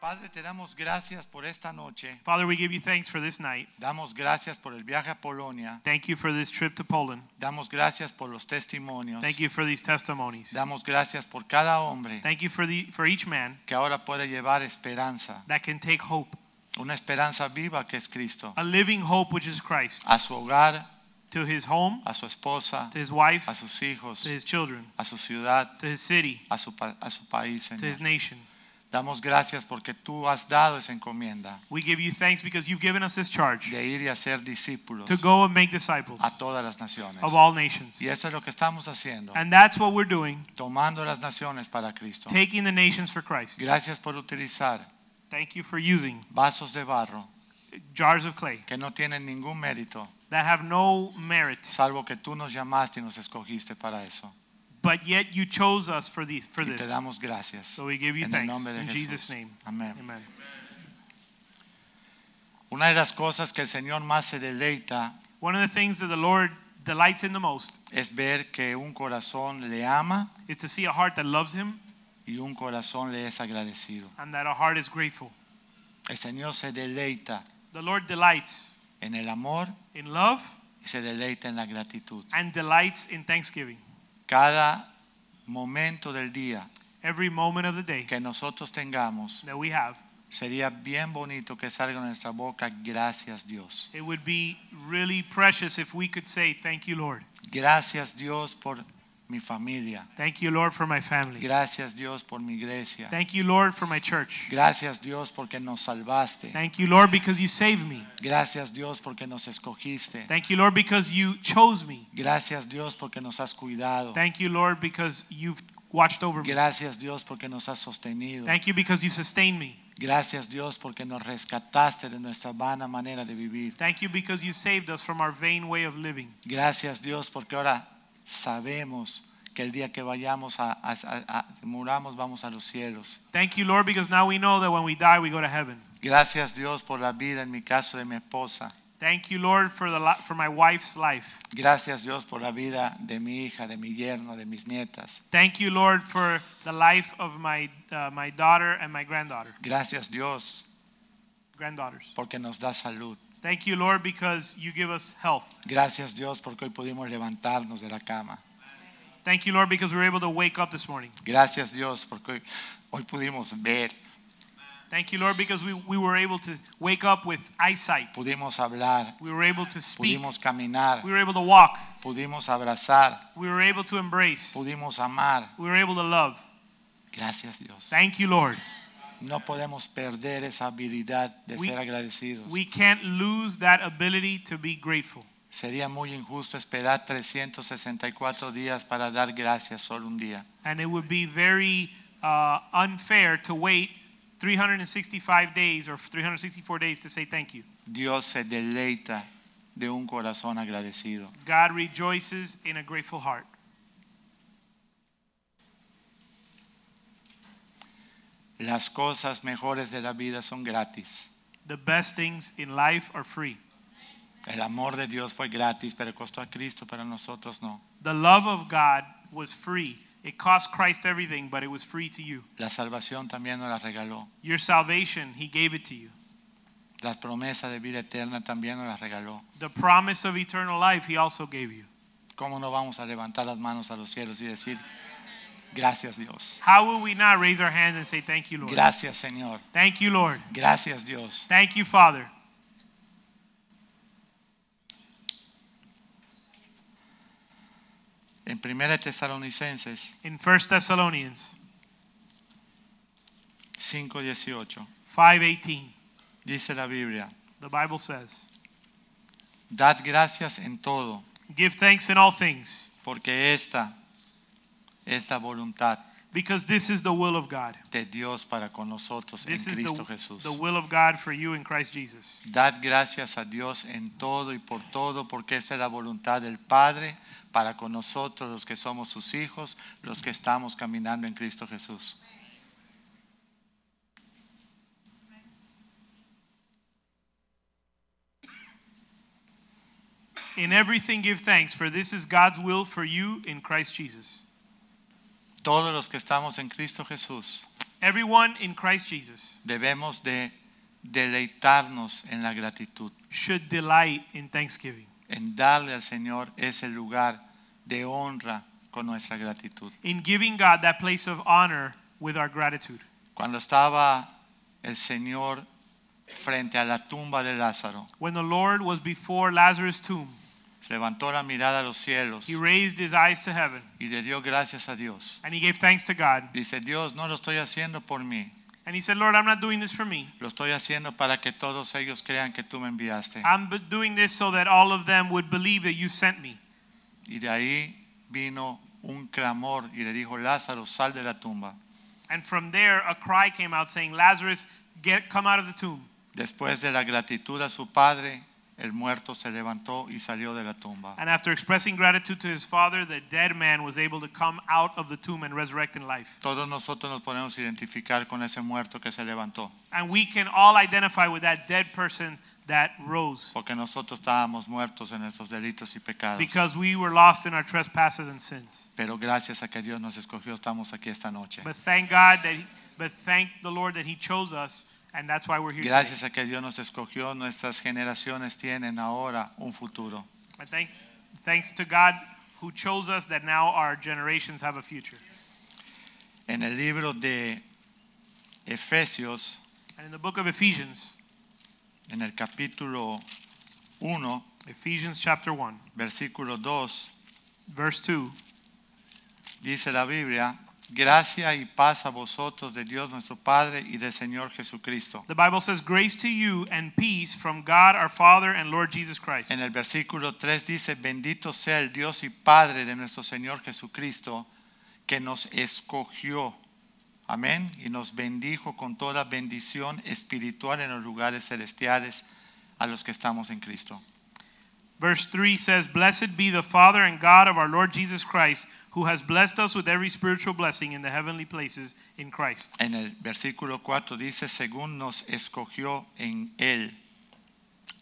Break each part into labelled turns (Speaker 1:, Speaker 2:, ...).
Speaker 1: Padre, te damos gracias por esta noche.
Speaker 2: Father, we give you thanks for this night.
Speaker 1: Damos gracias por el viaje a Polonia.
Speaker 2: Thank you for this trip to Poland.
Speaker 1: Damos gracias por los testimonios.
Speaker 2: Thank you for these testimonies.
Speaker 1: Damos gracias por cada hombre
Speaker 2: Thank you for the for each man
Speaker 1: que ahora puede llevar esperanza,
Speaker 2: that can take hope,
Speaker 1: una esperanza viva que es Cristo,
Speaker 2: a living hope which is Christ,
Speaker 1: a su hogar,
Speaker 2: to his home,
Speaker 1: a su esposa,
Speaker 2: to his wife,
Speaker 1: a sus hijos,
Speaker 2: to his children,
Speaker 1: a su ciudad,
Speaker 2: to his city,
Speaker 1: a su, pa- a su país, Señor.
Speaker 2: to his nation.
Speaker 1: Damos gracias porque tú has dado esa encomienda
Speaker 2: We give you thanks because you've given us this charge
Speaker 1: de ir y hacer discípulos
Speaker 2: to go and make disciples
Speaker 1: a todas las naciones.
Speaker 2: of all nations.
Speaker 1: Y eso es lo que estamos haciendo,
Speaker 2: And that's what we're doing,
Speaker 1: tomando las naciones para Cristo.
Speaker 2: taking the nations for Christ.
Speaker 1: Gracias por utilizar
Speaker 2: Thank you for using
Speaker 1: vasos de barro
Speaker 2: jars of clay
Speaker 1: que no tienen ningún mérito,
Speaker 2: that have no merit,
Speaker 1: salvo que tú nos llamaste y nos escogiste para eso.
Speaker 2: but yet you chose us for these for
Speaker 1: Y te
Speaker 2: this.
Speaker 1: damos gracias.
Speaker 2: So we give you
Speaker 1: En el
Speaker 2: thanks
Speaker 1: nombre de
Speaker 2: in
Speaker 1: Jesús.
Speaker 2: Jesus' name.
Speaker 1: Amén.
Speaker 2: Amen.
Speaker 1: Una de las cosas que el Señor más se deleita
Speaker 2: One of the things that the Lord delights in the most
Speaker 1: es ver que un corazón le ama
Speaker 2: is to see a heart that loves Him
Speaker 1: y un corazón le es agradecido.
Speaker 2: and that a heart is grateful.
Speaker 1: El Señor se deleita
Speaker 2: The Lord delights
Speaker 1: en el amor
Speaker 2: in love
Speaker 1: y se deleita en la gratitud.
Speaker 2: and delights in thanksgiving.
Speaker 1: Cada momento del día
Speaker 2: Every moment of the day
Speaker 1: que nosotros tengamos,
Speaker 2: that we have,
Speaker 1: sería bien bonito que salga de nuestra boca, gracias Dios.
Speaker 2: it would be really precious if we could say, Thank you, Lord.
Speaker 1: Gracias Dios por mi familia.
Speaker 2: Thank you, Lord, for my family.
Speaker 1: Gracias Dios por mi iglesia.
Speaker 2: Thank you, Lord, for my church.
Speaker 1: Gracias Dios porque nos salvaste.
Speaker 2: Thank you, Lord, because you saved me.
Speaker 1: Gracias Dios porque nos escogiste.
Speaker 2: Thank you, Lord, because you chose me.
Speaker 1: Gracias Dios porque nos has cuidado.
Speaker 2: Thank you, Lord, because you've watched over me.
Speaker 1: Gracias Dios porque nos has sostenido.
Speaker 2: Thank you because you sustained me.
Speaker 1: Gracias Dios porque nos rescataste de nuestra vana manera de vivir.
Speaker 2: Thank you because you saved us from our vain way of living.
Speaker 1: Gracias Dios porque ahora sabemos que el día que vayamos a, a- a- a- muramos vamos a los cielos.
Speaker 2: Thank you, Lord, because now we know that when we die, we go to heaven.
Speaker 1: Gracias Dios por la vida en mi caso de mi esposa.
Speaker 2: Thank you, Lord, for the li- for my wife's life.
Speaker 1: Gracias Dios por la vida de mi hija, de mi yerno, de mis nietas.
Speaker 2: Thank you, Lord, for the life of my uh, my daughter and my granddaughter,
Speaker 1: Gracias Dios
Speaker 2: granddaughters.
Speaker 1: porque nos da salud.
Speaker 2: Thank you, Lord, because you give us health.
Speaker 1: Gracias Dios porque hoy pudimos levantarnos de la cama.
Speaker 2: Thank you, Lord, because we were able to wake up this morning.
Speaker 1: Gracias Dios porque hoy, hoy pudimos ver,
Speaker 2: Thank you, Lord, because we, we were able to wake up with eyesight.
Speaker 1: pudimos hablar,
Speaker 2: We were able to speak.
Speaker 1: pudimos caminar,
Speaker 2: We were able to walk.
Speaker 1: pudimos abrazar,
Speaker 2: We were able to embrace.
Speaker 1: pudimos amar.
Speaker 2: We were able to love.
Speaker 1: Gracias Dios.
Speaker 2: Thank you, Lord.
Speaker 1: No podemos perder esa habilidad de
Speaker 2: We-
Speaker 1: ser agradecidos.
Speaker 2: We can't lose that ability to be grateful.
Speaker 1: Sería muy injusto esperar 364 días para dar gracias solo un día.
Speaker 2: And it would be very uh, unfair to wait 365 days or 364 days to say thank you.
Speaker 1: Dios se deleita de un corazón agradecido.
Speaker 2: God rejoices in a grateful heart.
Speaker 1: Las cosas mejores de la vida son gratis.
Speaker 2: The best things in life are free.
Speaker 1: El amor de Dios fue gratis, pero costó a Cristo, pero nosotros no.
Speaker 2: The love of God was free. It cost Christ everything, but it was free to you.
Speaker 1: La salvación también nos la regaló.
Speaker 2: Your salvation, He gave it to you.
Speaker 1: Las promesas de vida eterna también nos las regaló.
Speaker 2: The promise of eternal life, He also gave you.
Speaker 1: ¿Cómo no vamos a levantar las manos a los cielos y decir, gracias Dios,
Speaker 2: How will we not raise our hands and say, Thank you, Lord?
Speaker 1: gracias Señor,
Speaker 2: Thank you, Lord.
Speaker 1: gracias Dios?
Speaker 2: Thank you, Father.
Speaker 1: En 1 Tesalonicenses
Speaker 2: In 1 Thessalonians
Speaker 1: 5:18
Speaker 2: 5:18,
Speaker 1: dice la Biblia,
Speaker 2: the Bible says,
Speaker 1: dad gracias en todo,
Speaker 2: "Give thanks in all things,
Speaker 1: porque esta es la voluntad
Speaker 2: because this is the will of God.
Speaker 1: de Dios para con nosotros en
Speaker 2: This is
Speaker 1: Cristo
Speaker 2: the,
Speaker 1: Jesús.
Speaker 2: the will of God for you in Christ Jesus.
Speaker 1: Dad gracias a Dios en todo y por todo, porque esa es la voluntad del Padre para con nosotros, los que somos sus hijos, los que estamos caminando en Cristo Jesús.
Speaker 2: In everything give thanks, for this is God's will for you in Christ Jesus.
Speaker 1: Todos los que estamos en Cristo Jesús
Speaker 2: Everyone in Christ Jesus
Speaker 1: debemos de deleitarnos en la gratitud,
Speaker 2: should delight in thanksgiving,
Speaker 1: en darle al Señor ese lugar de honra con nuestra gratitud.
Speaker 2: in giving God that place of honor with our gratitude.
Speaker 1: Cuando estaba el Señor frente a la tumba de Lázaro,
Speaker 2: When the Lord was before Lazarus' tomb,
Speaker 1: levantó la mirada a los cielos
Speaker 2: he raised his eyes to heaven
Speaker 1: y le dio gracias a Dios.
Speaker 2: and he gave thanks to God.
Speaker 1: Dice, Dios, no lo estoy haciendo por mí,
Speaker 2: And he said, Lord, I'm not doing this for me.
Speaker 1: lo estoy haciendo para que todos ellos crean que tú me enviaste.
Speaker 2: I'm b- doing this so that all of them would believe that you sent me.
Speaker 1: Y de ahí vino un clamor y le dijo, Lázaro, sal de la tumba.
Speaker 2: And from there, a cry came out saying, Lazarus, get, come out of the tomb.
Speaker 1: Después de la gratitud a su padre, el muerto se levantó y salió de la tumba.
Speaker 2: And after expressing gratitude to his father, the dead man was able to come out of the tomb and resurrect in life.
Speaker 1: Todos nosotros nos podemos identificar con ese muerto que se levantó,
Speaker 2: And we can all identify with that dead person that rose
Speaker 1: porque nosotros estábamos muertos en nuestros delitos y pecados.
Speaker 2: because we were lost in our trespasses and sins.
Speaker 1: Pero gracias a que Dios nos escogió, estamos aquí esta noche.
Speaker 2: But thank God that, he, but thank the Lord that he chose us, and that's why we're here today.
Speaker 1: Gracias a que Dios nos escogió, nuestras generaciones tienen ahora un futuro.
Speaker 2: And thank, thanks to God who chose us that now our generations have a future.
Speaker 1: En el libro de Efesios,
Speaker 2: And in the book of Ephesians,
Speaker 1: en el capítulo 1,
Speaker 2: Ephesians chapter 1,
Speaker 1: versículo 2,
Speaker 2: verse 2,
Speaker 1: dice la Biblia, gracia y paz a vosotros de Dios nuestro Padre y del Señor Jesucristo.
Speaker 2: the Bible says, Grace to you and peace from God our Father and Lord Jesus Christ.
Speaker 1: En el versículo 3 dice, bendito sea el Dios y Padre de nuestro Señor Jesucristo, que nos escogió. Amén. Y nos bendijo con toda bendición espiritual en los lugares celestiales a los que estamos en Cristo.
Speaker 2: Verse 3 says, Blessed be the Father and God of our Lord Jesus Christ, who has blessed us with every spiritual blessing in the heavenly places in Christ.
Speaker 1: En el versículo 4 dice, según nos escogió en Él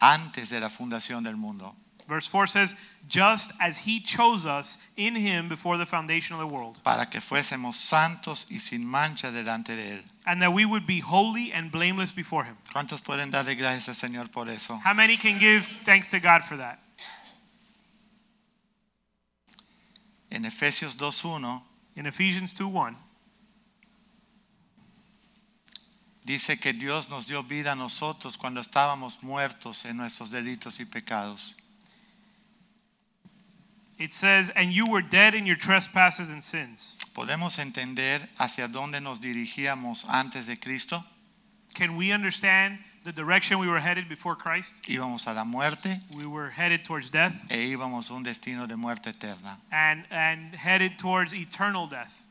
Speaker 1: antes de la fundación del mundo,
Speaker 2: Verse 4 says, Just as he chose us in him before the foundation of the world,
Speaker 1: para que fuésemos santos y sin mancha delante de Él.
Speaker 2: and that we would be holy and blameless before him.
Speaker 1: ¿Cuántos pueden darle gracias al Señor por eso?
Speaker 2: How many can give thanks to God for that?
Speaker 1: En Efesios 2.1
Speaker 2: In Ephesians 2 1,
Speaker 1: dice que Dios nos dio vida a nosotros cuando estábamos muertos en nuestros delitos y pecados.
Speaker 2: it says, And you were dead in your trespasses and sins.
Speaker 1: ¿Podemos entender hacia dónde nos dirigíamos antes de Cristo?
Speaker 2: Can we understand the direction we were headed before Christ?
Speaker 1: Íbamos a la muerte
Speaker 2: We were headed towards death.
Speaker 1: e íbamos a un destino de muerte eterna.
Speaker 2: and, and headed towards eternal death.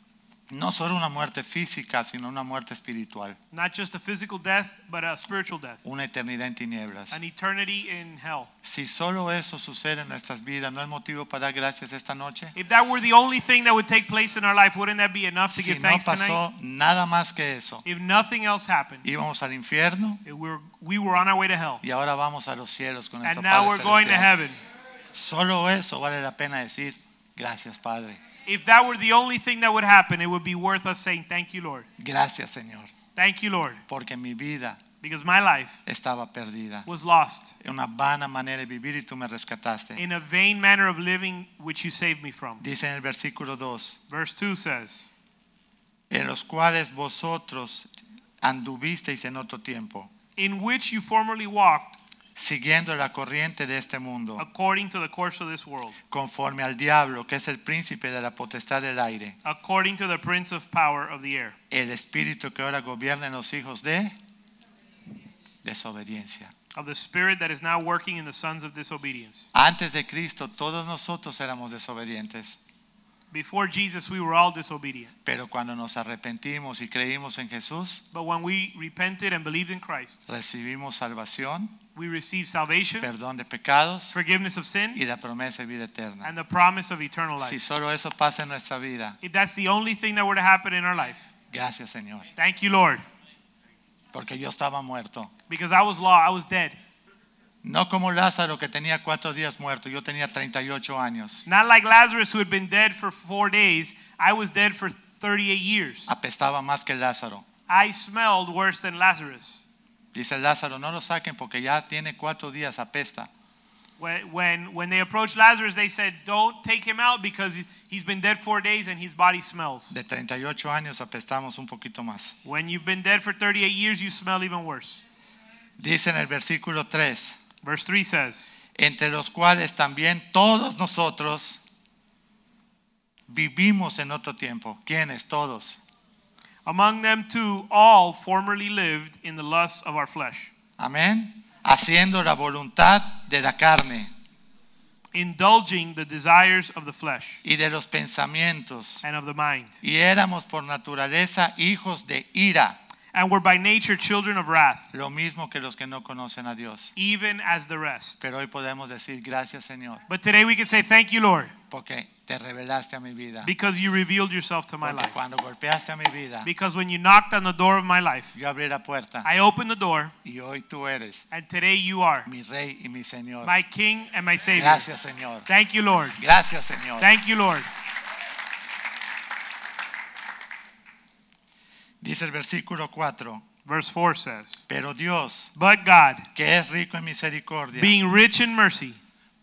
Speaker 1: No solo una muerte física, sino una muerte espiritual.
Speaker 2: Not just a physical death, but a spiritual death.
Speaker 1: Una eternidad en tinieblas.
Speaker 2: An eternity in hell.
Speaker 1: Si solo eso sucede en nuestras vidas, ¿no es motivo para dar gracias esta noche?
Speaker 2: If that were the only thing that would take place in our life, wouldn't that be enough to
Speaker 1: Si
Speaker 2: give
Speaker 1: no
Speaker 2: thanks tonight?
Speaker 1: pasó nada más que eso.
Speaker 2: If nothing else happened,
Speaker 1: Íbamos al infierno
Speaker 2: it were, we were on our way to hell.
Speaker 1: y ahora vamos a los cielos con nuestro
Speaker 2: And now
Speaker 1: Padre
Speaker 2: we're going to
Speaker 1: Celestial.
Speaker 2: heaven.
Speaker 1: Solo eso vale la pena decir gracias Padre,
Speaker 2: If that were the only thing that would happen, it would be worth us saying, Thank you, Lord.
Speaker 1: gracias Señor,
Speaker 2: Thank you, Lord.
Speaker 1: porque mi vida
Speaker 2: Because my life
Speaker 1: estaba perdida.
Speaker 2: was lost
Speaker 1: Una vana manera de vivir y tú me rescataste.
Speaker 2: in a vain manner of living which you saved me from.
Speaker 1: Dice en el versículo 2,
Speaker 2: Verse 2 says,
Speaker 1: en los cuales vosotros anduvisteis en otro tiempo,
Speaker 2: In which you formerly walked.
Speaker 1: siguiendo la corriente de este mundo,
Speaker 2: according to the course of this world,
Speaker 1: conforme al diablo, que es el príncipe de la potestad del aire,
Speaker 2: according to the prince of power of the air,
Speaker 1: el espíritu que ahora gobierna en los hijos de desobediencia.
Speaker 2: of the spirit that is now working in the sons of disobedience.
Speaker 1: Antes de Cristo todos nosotros éramos desobedientes.
Speaker 2: Before Jesus, we were all disobedient.
Speaker 1: Pero cuando nos arrepentimos y creímos en Jesús,
Speaker 2: But when we repented and believed in Christ,
Speaker 1: recibimos salvación,
Speaker 2: we received salvation,
Speaker 1: perdón de pecados
Speaker 2: forgiveness of sin,
Speaker 1: y la promesa de vida eterna.
Speaker 2: and the promise of eternal
Speaker 1: Si
Speaker 2: life.
Speaker 1: solo eso pasa en nuestra vida,
Speaker 2: If that's the only thing that were to happen in our life,
Speaker 1: gracias Señor,
Speaker 2: thank you, Lord,
Speaker 1: porque yo estaba muerto.
Speaker 2: because I was lost, I was dead.
Speaker 1: No como Lázaro que tenía cuatro días muerto, yo tenía 38 años.
Speaker 2: Not like Lazarus, who had been dead for four days, I was dead for 38 years.
Speaker 1: Apestaba más que Lázaro.
Speaker 2: I smelled worse than Lazarus.
Speaker 1: Dice Lázaro, no lo saquen porque ya tiene cuatro días, apesta.
Speaker 2: When, when, when they approached Lazarus, they said, Don't take him out because he's been dead four days and his body smells.
Speaker 1: De 38 años apestamos un poquito más.
Speaker 2: When you've been dead for 38 years, you smell even worse.
Speaker 1: Dice en el versículo 3,
Speaker 2: Verse 3 says,
Speaker 1: entre los cuales también todos nosotros vivimos en otro tiempo. ¿Quiénes? Todos.
Speaker 2: Among them too, all formerly lived in the lusts of our flesh,
Speaker 1: Amén. Haciendo la voluntad de la carne
Speaker 2: indulging the desires of the flesh
Speaker 1: y de los pensamientos.
Speaker 2: and of the mind,
Speaker 1: Y éramos por naturaleza hijos de ira,
Speaker 2: and were by nature children of wrath,
Speaker 1: lo mismo que los que no conocen a Dios.
Speaker 2: even as the rest.
Speaker 1: Pero hoy podemos decir gracias Señor,
Speaker 2: But today we can say, Thank you, Lord,
Speaker 1: porque te revelaste a mi vida.
Speaker 2: because you revealed yourself to my
Speaker 1: Porque
Speaker 2: life.
Speaker 1: cuando golpeaste a mi vida,
Speaker 2: Because when you knocked on the door of my life,
Speaker 1: yo abrí la puerta
Speaker 2: I opened the door,
Speaker 1: y hoy tú eres
Speaker 2: and today you are
Speaker 1: mi rey y mi Señor.
Speaker 2: my King and my Savior.
Speaker 1: Gracias Señor.
Speaker 2: Thank you, Lord.
Speaker 1: Gracias Señor.
Speaker 2: Thank you, Lord.
Speaker 1: Dice el versículo 4,
Speaker 2: Verse 4 says,
Speaker 1: pero Dios,
Speaker 2: But God,
Speaker 1: que es rico en misericordia,
Speaker 2: being rich in mercy,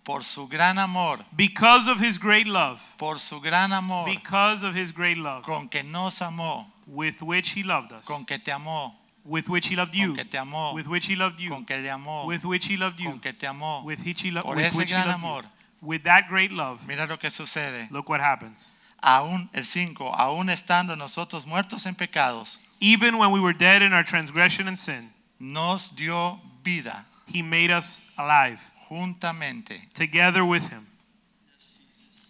Speaker 1: por su gran amor,
Speaker 2: because of his great love,
Speaker 1: por su gran amor,
Speaker 2: because of his great love,
Speaker 1: con que nos amó,
Speaker 2: with which he loved us,
Speaker 1: con que te amó,
Speaker 2: with which he loved
Speaker 1: con
Speaker 2: you,
Speaker 1: que te amó,
Speaker 2: with which he loved
Speaker 1: con
Speaker 2: you,
Speaker 1: que le amó,
Speaker 2: with which he loved you,
Speaker 1: con que te amó,
Speaker 2: with which he, lo-
Speaker 1: por
Speaker 2: with
Speaker 1: ese
Speaker 2: which he
Speaker 1: gran
Speaker 2: loved you.
Speaker 1: amor.
Speaker 2: With that great love,
Speaker 1: Mira lo que sucede.
Speaker 2: look what happens.
Speaker 1: Aún el 5, aún estando nosotros muertos en pecados,
Speaker 2: Even when we were dead in our transgression and sin,
Speaker 1: nos dio vida
Speaker 2: he made us alive
Speaker 1: juntamente
Speaker 2: together with him,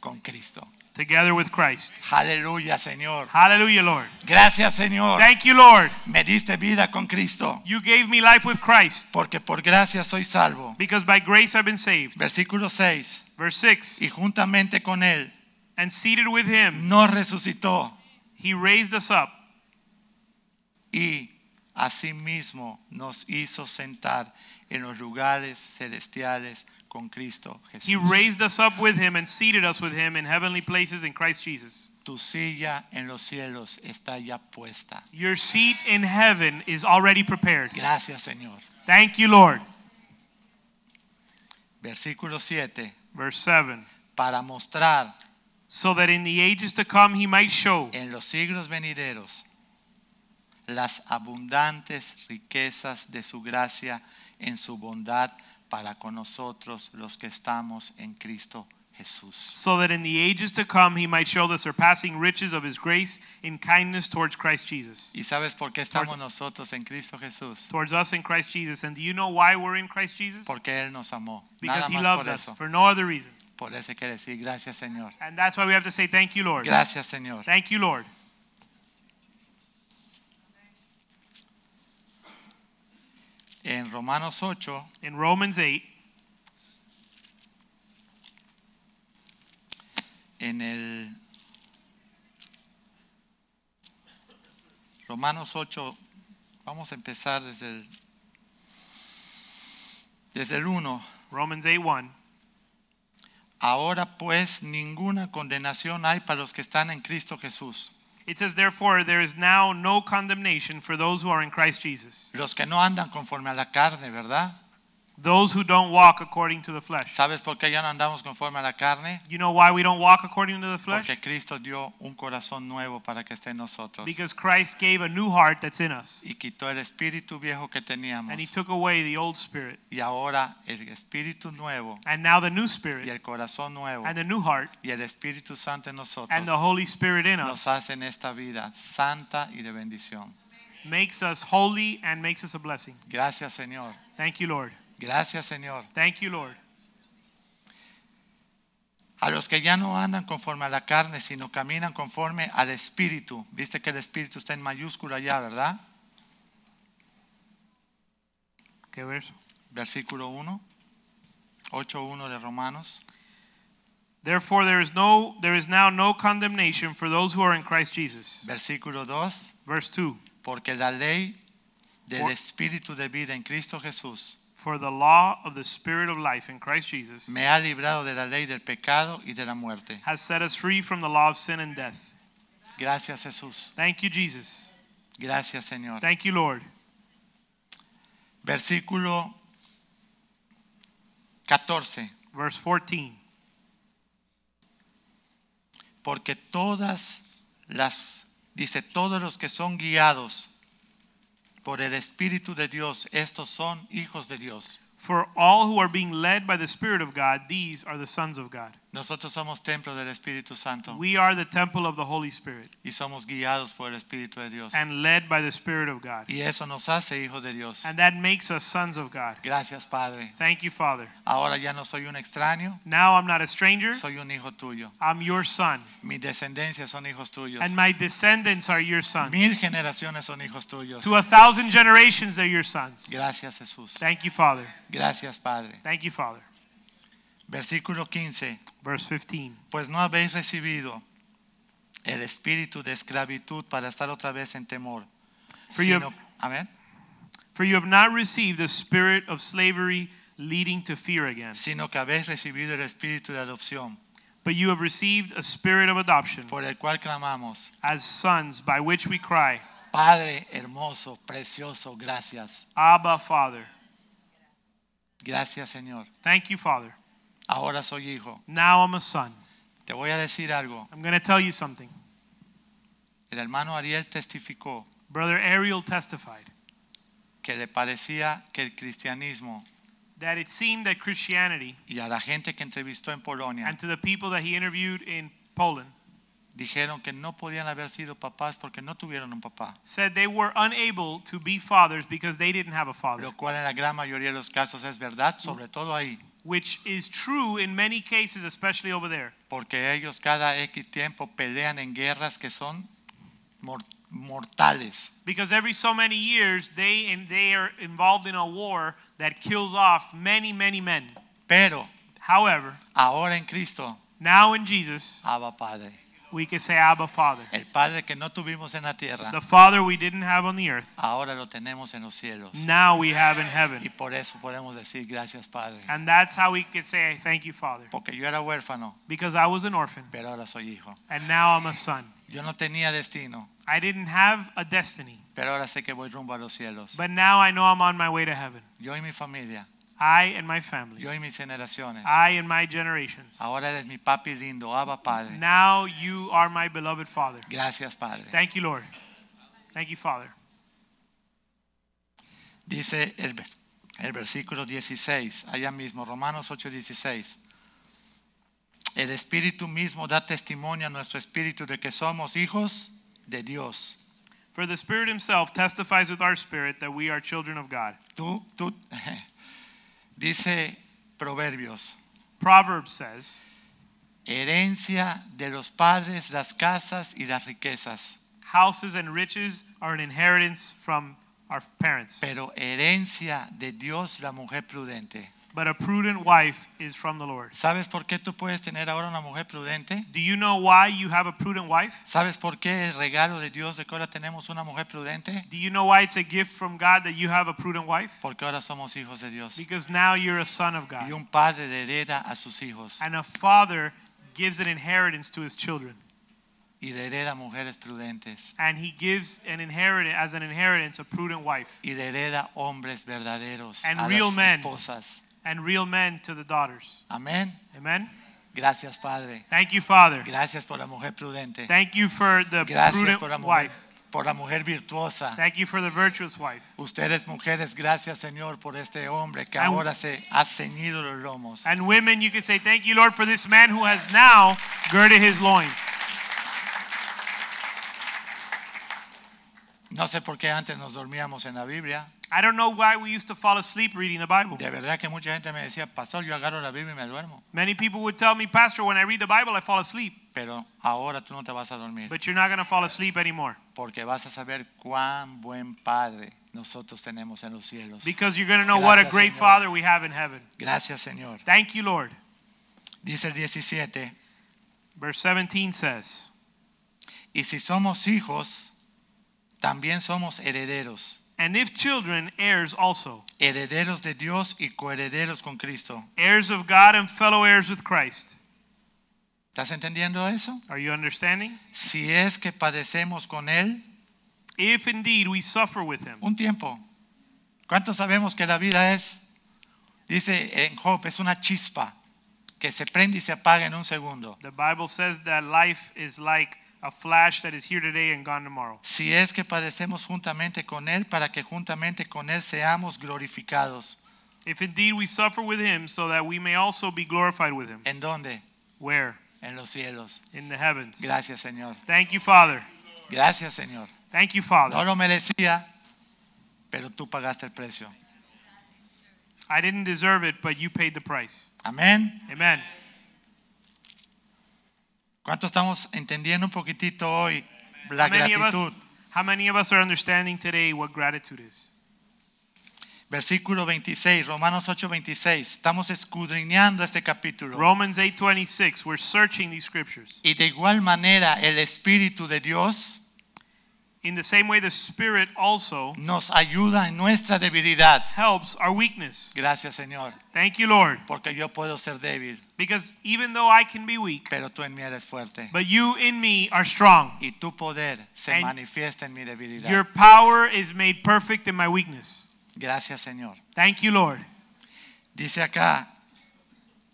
Speaker 1: con Cristo.
Speaker 2: together with Christ.
Speaker 1: Aleluya, Señor.
Speaker 2: Hallelujah, Lord.
Speaker 1: Gracias, Señor.
Speaker 2: Thank you, Lord.
Speaker 1: Me diste vida con Cristo,
Speaker 2: You gave me life with Christ
Speaker 1: porque por gracia soy salvo.
Speaker 2: because by grace I've been saved.
Speaker 1: Versículo 6.
Speaker 2: Verse 6
Speaker 1: Y juntamente con él
Speaker 2: And seated with him,
Speaker 1: nos resucitó
Speaker 2: he raised us up
Speaker 1: y asimismo nos hizo sentar en los lugares celestiales con Cristo
Speaker 2: He
Speaker 1: Jesús.
Speaker 2: raised us up with him and seated us with him in heavenly places in Christ Jesus.
Speaker 1: Tu silla en los cielos está ya puesta.
Speaker 2: Your seat in heaven is already prepared.
Speaker 1: Gracias, Señor.
Speaker 2: Thank you, Lord.
Speaker 1: Versículo 7.
Speaker 2: Verse 7.
Speaker 1: Para mostrar
Speaker 2: So that in the ages to come he might show
Speaker 1: en los siglos venideros las abundantes riquezas de su gracia en su bondad para con nosotros los que estamos en Cristo Jesús.
Speaker 2: so that in the ages to come he might show the surpassing riches of his grace in kindness towards Christ Jesus.
Speaker 1: ¿Y sabes por qué estamos nosotros en Cristo Jesús?
Speaker 2: Towards us in Christ Jesus. And do you know why we're in Christ Jesus?
Speaker 1: Porque Él nos amó. Nada
Speaker 2: Because he
Speaker 1: más
Speaker 2: loved
Speaker 1: por
Speaker 2: us
Speaker 1: eso.
Speaker 2: for no other reason.
Speaker 1: Por eso hay que decir gracias Señor.
Speaker 2: And that's why we have to say thank you, Lord.
Speaker 1: Gracias Señor.
Speaker 2: Thank you, Lord.
Speaker 1: En Romanos 8,
Speaker 2: In Romans 8,
Speaker 1: en el Romanos 8, vamos a empezar desde el desde el 1.
Speaker 2: Romans 8 1.
Speaker 1: Ahora pues ninguna condenación hay para los que están en Cristo Jesús.
Speaker 2: It says, Therefore, there is now no condemnation for those who are in Christ Jesus,
Speaker 1: Los que no andan conforme a la carne, ¿verdad?
Speaker 2: those who don't walk according to the flesh.
Speaker 1: ¿Sabes por qué ya no andamos conforme a la carne?
Speaker 2: You know why we don't walk according to the flesh?
Speaker 1: Porque Cristo dio un corazón nuevo para que esté en nosotros.
Speaker 2: Because Christ gave a new heart that's in us,
Speaker 1: y quitó el espíritu viejo que teníamos.
Speaker 2: and He took away the old spirit,
Speaker 1: Y ahora el espíritu nuevo
Speaker 2: and now the new
Speaker 1: y
Speaker 2: spirit,
Speaker 1: el corazón nuevo
Speaker 2: and the new heart,
Speaker 1: y el Espíritu Santo en
Speaker 2: and the
Speaker 1: nosotros
Speaker 2: Holy Spirit in
Speaker 1: nos
Speaker 2: us
Speaker 1: hacen esta vida santa y de bendición.
Speaker 2: makes us holy and makes us a blessing.
Speaker 1: Gracias Señor.
Speaker 2: Thank you, Lord.
Speaker 1: Gracias Señor.
Speaker 2: Thank you, Lord.
Speaker 1: A los que ya no andan conforme a la carne, sino caminan conforme al Espíritu. Viste que el Espíritu está en mayúscula ya, ¿verdad?
Speaker 2: ¿Qué verso?
Speaker 1: Versículo 1, 8.1 de Romanos.
Speaker 2: Therefore, there is no, there is now no condemnation for those who are in Christ Jesus.
Speaker 1: Versículo 2,
Speaker 2: Verse two.
Speaker 1: porque la ley del
Speaker 2: For-
Speaker 1: Espíritu de vida en Cristo Jesús
Speaker 2: For the law of the Spirit of life in Christ Jesus
Speaker 1: me ha librado de la ley del pecado y de la muerte.
Speaker 2: has set us free from the law of sin and death.
Speaker 1: Gracias Jesús.
Speaker 2: Thank you, Jesus.
Speaker 1: Gracias Señor.
Speaker 2: Thank you, Lord.
Speaker 1: Versículo 14.
Speaker 2: Verse 14.
Speaker 1: Porque todas las, dice, todos los que son guiados por el Espíritu de Dios, estos son hijos de Dios.
Speaker 2: For all who are being led by the Spirit of God, these are the sons of God.
Speaker 1: Nosotros somos templo del Espíritu Santo
Speaker 2: We are the temple of the Holy Spirit
Speaker 1: y somos guiados por el Espíritu de Dios.
Speaker 2: and led by the Spirit of God.
Speaker 1: Y eso nos hace hijos de Dios.
Speaker 2: And that makes us sons of God.
Speaker 1: Gracias Padre.
Speaker 2: Thank you, Father.
Speaker 1: Ahora ya no soy un extraño,
Speaker 2: Now I'm not a stranger,
Speaker 1: soy un hijo tuyo.
Speaker 2: I'm your son.
Speaker 1: Mi descendencia son hijos tuyos.
Speaker 2: And my descendants are your sons.
Speaker 1: Mil generaciones son hijos tuyos.
Speaker 2: To a thousand generations, they're your sons.
Speaker 1: Gracias Jesús.
Speaker 2: Thank you, Father.
Speaker 1: Gracias Padre.
Speaker 2: Thank you, Father.
Speaker 1: Versículo 15.
Speaker 2: Verse 15.
Speaker 1: Pues no habéis recibido el espíritu de esclavitud para estar otra vez en temor.
Speaker 2: For you-
Speaker 1: sino- amén.
Speaker 2: For you have not received the spirit of slavery leading to fear again,
Speaker 1: Sino que habéis recibido el espíritu de adopción,
Speaker 2: but you have received a spirit of adoption
Speaker 1: por el cual clamamos,
Speaker 2: as sons, by which we cry,
Speaker 1: Padre hermoso, precioso, gracias.
Speaker 2: Abba, Father.
Speaker 1: Gracias Señor.
Speaker 2: Thank you, Father.
Speaker 1: Ahora soy hijo.
Speaker 2: Now I'm a son.
Speaker 1: Te voy a decir algo.
Speaker 2: I'm going to tell you something.
Speaker 1: El hermano Ariel testificó
Speaker 2: Brother Ariel testified
Speaker 1: que le parecía que el cristianismo
Speaker 2: that it seemed that Christianity
Speaker 1: y a la gente que entrevistó en Polonia
Speaker 2: and to the people that he interviewed in Poland
Speaker 1: dijeron que no podían haber sido papás porque no tuvieron un papá.
Speaker 2: said they were unable to be fathers because they didn't have a father,
Speaker 1: lo cual en la gran mayoría de los casos es verdad, sobre todo ahí,
Speaker 2: which is true in many cases, especially over there.
Speaker 1: porque ellos cada X tiempo pelean en guerras que son mor- mortales.
Speaker 2: because every so many years they and they are involved in a war that kills off many many men
Speaker 1: Pero
Speaker 2: however
Speaker 1: ahora en Cristo,
Speaker 2: now in jesus
Speaker 1: Abba Padre,
Speaker 2: we can say abba father
Speaker 1: el Padre que no tuvimos en la tierra,
Speaker 2: the father we didn't have on the earth
Speaker 1: ahora lo tenemos en los cielos.
Speaker 2: now we have in
Speaker 1: Y
Speaker 2: heaven
Speaker 1: por eso podemos decir gracias Padre,
Speaker 2: and that's how we can say thank you father
Speaker 1: porque yo era huérfano,
Speaker 2: because i was an orphan
Speaker 1: pero ahora soy hijo.
Speaker 2: and now i'm a son
Speaker 1: Yo no tenía destino,
Speaker 2: i didn't have a destiny
Speaker 1: pero ahora sé que voy rumbo a los cielos.
Speaker 2: but now i know i'm on my way to heaven
Speaker 1: Yo y mi familia,
Speaker 2: i and my family
Speaker 1: yo y mis generaciones.
Speaker 2: i and my generations
Speaker 1: Ahora eres mi papi lindo, Abba Padre.
Speaker 2: now you are my beloved father
Speaker 1: Gracias Padre.
Speaker 2: thank you lord thank you father
Speaker 1: Dice el, ve- el versículo 16, allá mismo, Romanos 8, 16. El Espíritu mismo da testimonio a nuestro Espíritu de que somos hijos de Dios.
Speaker 2: For the Spirit Himself testifies with our spirit that we are children of God.
Speaker 1: Tú, tú, dice Proverbios,
Speaker 2: Proverbs says,
Speaker 1: herencia de los padres, las casas y las riquezas,
Speaker 2: Houses and riches are an inheritance from our parents,
Speaker 1: pero herencia de Dios la mujer prudente.
Speaker 2: but a prudent wife is from the Lord.
Speaker 1: ¿Sabes por qué tú puedes tener ahora una mujer prudente?
Speaker 2: Do you know why you have a prudent wife?
Speaker 1: ¿Sabes por qué el regalo de Dios de que ahora tenemos una mujer prudente?
Speaker 2: Do you know why it's a gift from God that you have a prudent wife?
Speaker 1: Porque ahora somos hijos de Dios.
Speaker 2: Because now you're a son of God.
Speaker 1: Y un padre le hereda a sus hijos
Speaker 2: And a father gives an inheritance to his children.
Speaker 1: y le hereda mujeres prudentes
Speaker 2: And he gives an inheritance as an inheritance a prudent wife
Speaker 1: y le hereda hombres verdaderos
Speaker 2: And
Speaker 1: a
Speaker 2: real
Speaker 1: las
Speaker 2: men.
Speaker 1: esposas.
Speaker 2: and real men to the daughters.
Speaker 1: Amén.
Speaker 2: Amen.
Speaker 1: Gracias, Padre.
Speaker 2: Thank you, Father.
Speaker 1: Gracias por la mujer prudente.
Speaker 2: Thank you for the
Speaker 1: Gracias
Speaker 2: prudent
Speaker 1: por la mujer,
Speaker 2: wife.
Speaker 1: por la mujer virtuosa.
Speaker 2: Thank you for the virtuous wife.
Speaker 1: Ustedes mujeres, gracias Señor por este hombre que
Speaker 2: And-
Speaker 1: ahora se ha ceñido los lomos.
Speaker 2: And women, you can say, Thank you, Lord, for this man who has now girded his loins.
Speaker 1: No sé por qué antes nos dormíamos en la Biblia.
Speaker 2: I don't know why we used to fall asleep reading the Bible.
Speaker 1: De verdad que mucha gente me decía, pastor, yo agarro la Biblia y me duermo.
Speaker 2: Many people would tell me, Pastor, when I read the Bible, I fall asleep.
Speaker 1: Pero ahora tú no te vas a dormir
Speaker 2: But you're not going to fall asleep anymore
Speaker 1: porque vas a saber cuán buen Padre nosotros tenemos en los cielos.
Speaker 2: because you're going to know what a
Speaker 1: Gracias,
Speaker 2: great
Speaker 1: Señor.
Speaker 2: Father we have in heaven.
Speaker 1: Gracias Señor.
Speaker 2: Thank you, Lord.
Speaker 1: Dice el 17,
Speaker 2: Verse 17 says,
Speaker 1: y si somos hijos, también somos herederos,
Speaker 2: And if children, heirs also,
Speaker 1: herederos de Dios y coherederos con Cristo.
Speaker 2: heirs of God and fellow heirs with Christ.
Speaker 1: ¿Estás entendiendo eso?
Speaker 2: Are you understanding?
Speaker 1: Si es que padecemos con Él
Speaker 2: If indeed we suffer with him.
Speaker 1: un tiempo. ¿Cuántos sabemos que la vida es, dice en Job, es una chispa que se prende y se apaga en un segundo?
Speaker 2: The Bible says that life is like a flash that is here today and gone tomorrow.
Speaker 1: Si es que padecemos juntamente con Él, para que juntamente con Él seamos glorificados.
Speaker 2: If indeed we suffer with him, so that we may also be glorified with him.
Speaker 1: ¿En dónde?
Speaker 2: Where?
Speaker 1: En los cielos.
Speaker 2: In the heavens.
Speaker 1: Gracias, Señor.
Speaker 2: Thank you, Father.
Speaker 1: Gracias, Señor.
Speaker 2: Thank you, Father.
Speaker 1: No lo merecía, pero tú pagaste el precio.
Speaker 2: I didn't deserve it, but you paid the price.
Speaker 1: Amén.
Speaker 2: Amen.
Speaker 1: ¿Cuánto estamos entendiendo un poquitito hoy la
Speaker 2: How many of
Speaker 1: gratitud?
Speaker 2: us, how many of us are understanding today what gratitude is?
Speaker 1: Versículo 26, Romanos 8, 26. Estamos escudriñando este capítulo.
Speaker 2: Romans 8:26. We're searching these scriptures.
Speaker 1: Y de igual manera el Espíritu de Dios
Speaker 2: In the same way the Spirit also
Speaker 1: nos ayuda en nuestra debilidad.
Speaker 2: helps our weakness.
Speaker 1: Gracias Señor,
Speaker 2: Thank you, Lord,
Speaker 1: porque yo puedo ser débil,
Speaker 2: because even though I can be weak,
Speaker 1: pero tú en mí eres fuerte.
Speaker 2: but you in me are strong.
Speaker 1: Y tu poder se
Speaker 2: And
Speaker 1: manifiesta en mi debilidad.
Speaker 2: Your power is made perfect in my weakness.
Speaker 1: Gracias Señor.
Speaker 2: Thank you, Lord.
Speaker 1: Dice acá,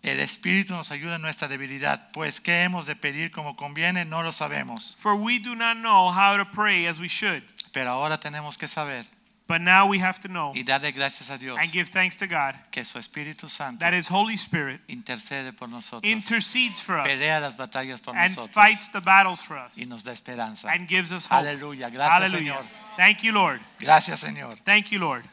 Speaker 1: el Espíritu nos ayuda en nuestra debilidad, pues ¿qué hemos de pedir como conviene? No lo sabemos,
Speaker 2: For we do not know how to pray as we should,
Speaker 1: pero ahora tenemos que saber
Speaker 2: but now we have to know
Speaker 1: y darle gracias a Dios
Speaker 2: and give thanks to God
Speaker 1: que su Espíritu Santo
Speaker 2: that His Holy Spirit
Speaker 1: intercede por nosotros,
Speaker 2: intercedes for us
Speaker 1: pelea las batallas por
Speaker 2: and
Speaker 1: nosotros
Speaker 2: fights the battles for us
Speaker 1: y nos da esperanza.
Speaker 2: and gives us hope.
Speaker 1: Aleluya, gracias
Speaker 2: Hallelujah.
Speaker 1: Señor.
Speaker 2: Thank you, Lord.
Speaker 1: Gracias Señor.
Speaker 2: Thank you, Lord.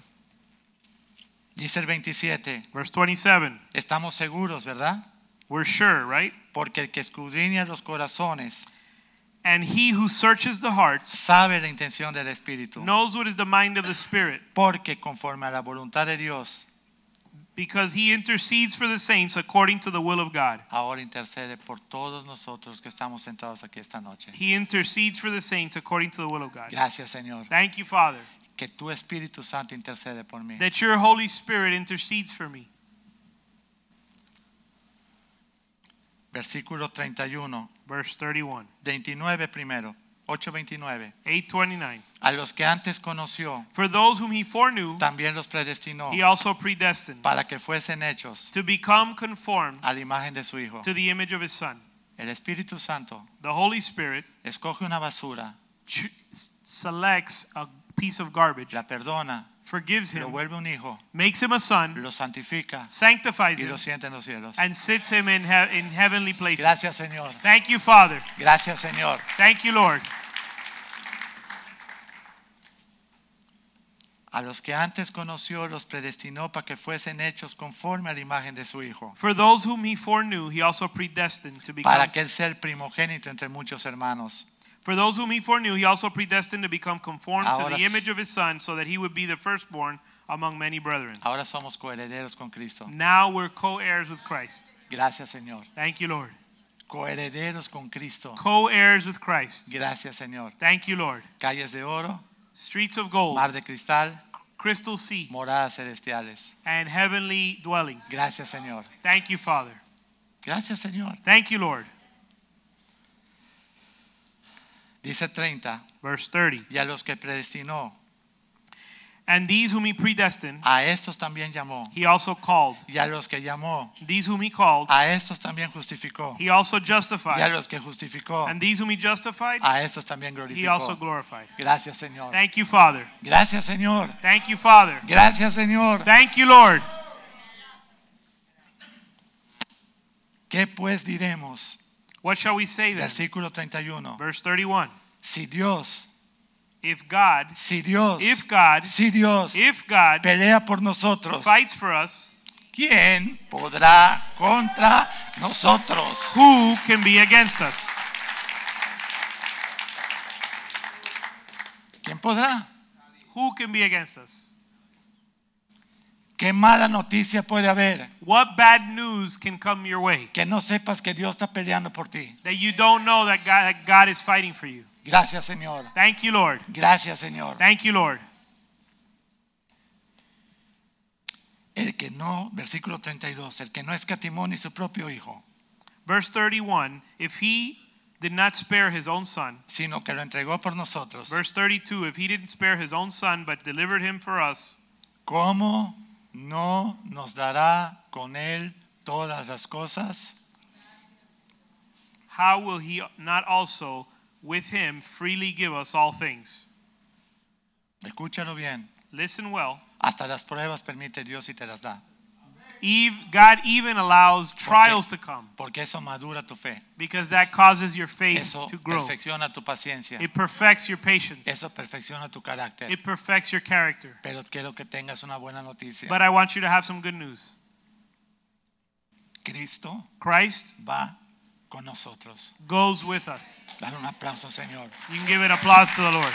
Speaker 1: Dice el 27,
Speaker 2: Verse 27.
Speaker 1: estamos seguros, ¿verdad?
Speaker 2: We're sure, right?
Speaker 1: Porque el que escudriña los corazones
Speaker 2: And he who searches the hearts
Speaker 1: sabe la intención del Espíritu,
Speaker 2: knows what is the mind of the Spirit,
Speaker 1: porque conforme a la voluntad de Dios,
Speaker 2: because he intercedes for the saints according to the will of God.
Speaker 1: ahora intercede por todos nosotros que estamos sentados aquí esta noche.
Speaker 2: He intercedes for the saints according to the will of God.
Speaker 1: Gracias, Señor,
Speaker 2: Thank you, Father,
Speaker 1: que tu Espíritu Santo intercede por mí.
Speaker 2: that your Holy Spirit intercedes for me.
Speaker 1: Versículo 31,
Speaker 2: Verse 31,
Speaker 1: 29 primero, 8:29.
Speaker 2: 829.
Speaker 1: A los que antes conoció,
Speaker 2: For those whom he foreknew,
Speaker 1: también los predestinó
Speaker 2: he also predestined
Speaker 1: para que fuesen hechos
Speaker 2: to become conformed
Speaker 1: a la imagen de su Hijo.
Speaker 2: to the image of his Son.
Speaker 1: El Espíritu Santo
Speaker 2: The Holy Spirit
Speaker 1: escoge una basura,
Speaker 2: cho- s- selects a piece of garbage,
Speaker 1: la perdona,
Speaker 2: forgives
Speaker 1: lo
Speaker 2: him,
Speaker 1: vuelve un hijo,
Speaker 2: makes him a son,
Speaker 1: lo santifica
Speaker 2: sanctifies
Speaker 1: y
Speaker 2: him,
Speaker 1: lo siente en los cielos.
Speaker 2: and sits him in, hea- in heavenly places.
Speaker 1: Gracias, Señor.
Speaker 2: Thank you, Father.
Speaker 1: Gracias, Señor.
Speaker 2: Thank you, Lord.
Speaker 1: A los que antes conoció, los predestinó para que fuesen hechos conforme a la imagen de su Hijo,
Speaker 2: For those whom he foreknew, he also predestined to become.
Speaker 1: para que Él sea el primogénito entre muchos hermanos.
Speaker 2: For those whom he foreknew, he also predestined to become conformed to
Speaker 1: Ahora
Speaker 2: the
Speaker 1: s-
Speaker 2: image of his Son, so that he would be the firstborn among many brethren.
Speaker 1: Ahora somos coherederos con Cristo.
Speaker 2: Now we're co heirs with Christ.
Speaker 1: Gracias, Señor.
Speaker 2: Thank you, Lord.
Speaker 1: Coherederos con Cristo.
Speaker 2: Co heirs with Christ.
Speaker 1: Gracias, Señor.
Speaker 2: Thank you, Lord.
Speaker 1: Calles de oro,
Speaker 2: Streets of gold,
Speaker 1: mar de cristal,
Speaker 2: crystal sea,
Speaker 1: moradas celestiales.
Speaker 2: and heavenly dwellings.
Speaker 1: Gracias, Señor.
Speaker 2: Thank you, Father.
Speaker 1: Gracias, Señor.
Speaker 2: Thank you, Lord.
Speaker 1: Dice 30.
Speaker 2: Verse 30.
Speaker 1: Y a los que predestinó,
Speaker 2: And these whom he predestined,
Speaker 1: a estos también llamó.
Speaker 2: he also called.
Speaker 1: Y a los que llamó,
Speaker 2: These whom he called,
Speaker 1: a estos también justificó.
Speaker 2: he also
Speaker 1: Y a
Speaker 2: justified.
Speaker 1: los que justificó,
Speaker 2: And these whom he justified,
Speaker 1: a estos también
Speaker 2: he also
Speaker 1: Ah, glorificó.
Speaker 2: glorified.
Speaker 1: Gracias, Señor.
Speaker 2: Thank you, Father.
Speaker 1: Gracias, Señor.
Speaker 2: Thank you, Father.
Speaker 1: Gracias, Señor.
Speaker 2: Thank you, Lord.
Speaker 1: ¿Qué pues diremos?
Speaker 2: What shall we say then?
Speaker 1: Versículo 31.
Speaker 2: Verse 31.
Speaker 1: Si Dios
Speaker 2: if God,
Speaker 1: si Dios,
Speaker 2: if God,
Speaker 1: si Dios
Speaker 2: if God
Speaker 1: pelea por nosotros,
Speaker 2: fights for us,
Speaker 1: ¿quién podrá contra nosotros?
Speaker 2: who can be against us?
Speaker 1: ¿Quién podrá?
Speaker 2: Who can be against us?
Speaker 1: ¿Qué mala noticia puede haber
Speaker 2: What bad news can come your way
Speaker 1: que no sepas que Dios está peleando por ti?
Speaker 2: that you don't know that God, that God is fighting for you?
Speaker 1: Gracias Señor,
Speaker 2: Thank you, Lord.
Speaker 1: gracias Señor.
Speaker 2: Thank you, Lord.
Speaker 1: El que no, versículo 32, el que no escatimó ni su propio hijo,
Speaker 2: Verse 31 If he did not spare his own son,
Speaker 1: sino que lo entregó por nosotros,
Speaker 2: verse 32 If he didn't spare his own son but delivered him for us,
Speaker 1: ¿cómo no nos dará con él todas las cosas?
Speaker 2: how will he not also with him freely give us all things?
Speaker 1: Escúchalo bien,
Speaker 2: Listen well.
Speaker 1: hasta las pruebas permite Dios y te las da,
Speaker 2: Eve, God even allows trials to come
Speaker 1: porque eso madura tu fe,
Speaker 2: because that causes your faith
Speaker 1: eso
Speaker 2: to grow.
Speaker 1: perfecciona tu paciencia,
Speaker 2: It perfects your patience.
Speaker 1: eso perfecciona tu carácter.
Speaker 2: It perfects your character.
Speaker 1: Pero quiero que tengas una buena noticia.
Speaker 2: But I want you to have some good news.
Speaker 1: Cristo
Speaker 2: Christ
Speaker 1: va con nosotros.
Speaker 2: goes with us.
Speaker 1: Dar un aplauso, Señor.
Speaker 2: You can give an applause to the Lord.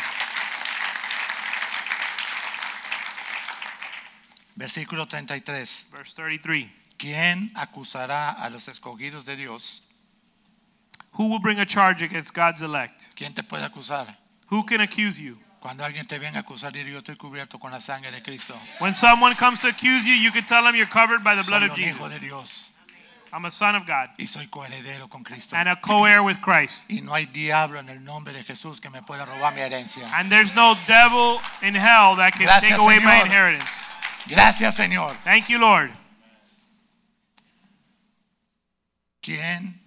Speaker 1: Versículo 33.
Speaker 2: Verse 33.
Speaker 1: ¿Quién acusará a los escogidos de Dios?
Speaker 2: Who will bring a charge against God's elect?
Speaker 1: ¿Quién te puede acusar?
Speaker 2: Who can accuse you?
Speaker 1: Cuando alguien te venga a acusar, dile yo estoy cubierto con la sangre de Cristo.
Speaker 2: When someone comes to accuse you, you can tell them you're covered by the blood
Speaker 1: Soy
Speaker 2: of
Speaker 1: un hijo de
Speaker 2: Jesus.
Speaker 1: Dios
Speaker 2: I'm a son of God
Speaker 1: y soy coheredero con Cristo.
Speaker 2: and a co heir with Christ.
Speaker 1: Y no hay diablo en el nombre de Jesús que me pueda robar mi herencia.
Speaker 2: And there's no devil in hell that can
Speaker 1: Gracias,
Speaker 2: take away my
Speaker 1: Señor.
Speaker 2: inheritance.
Speaker 1: Gracias, Señor.
Speaker 2: Thank you, Lord.
Speaker 1: ¿Quién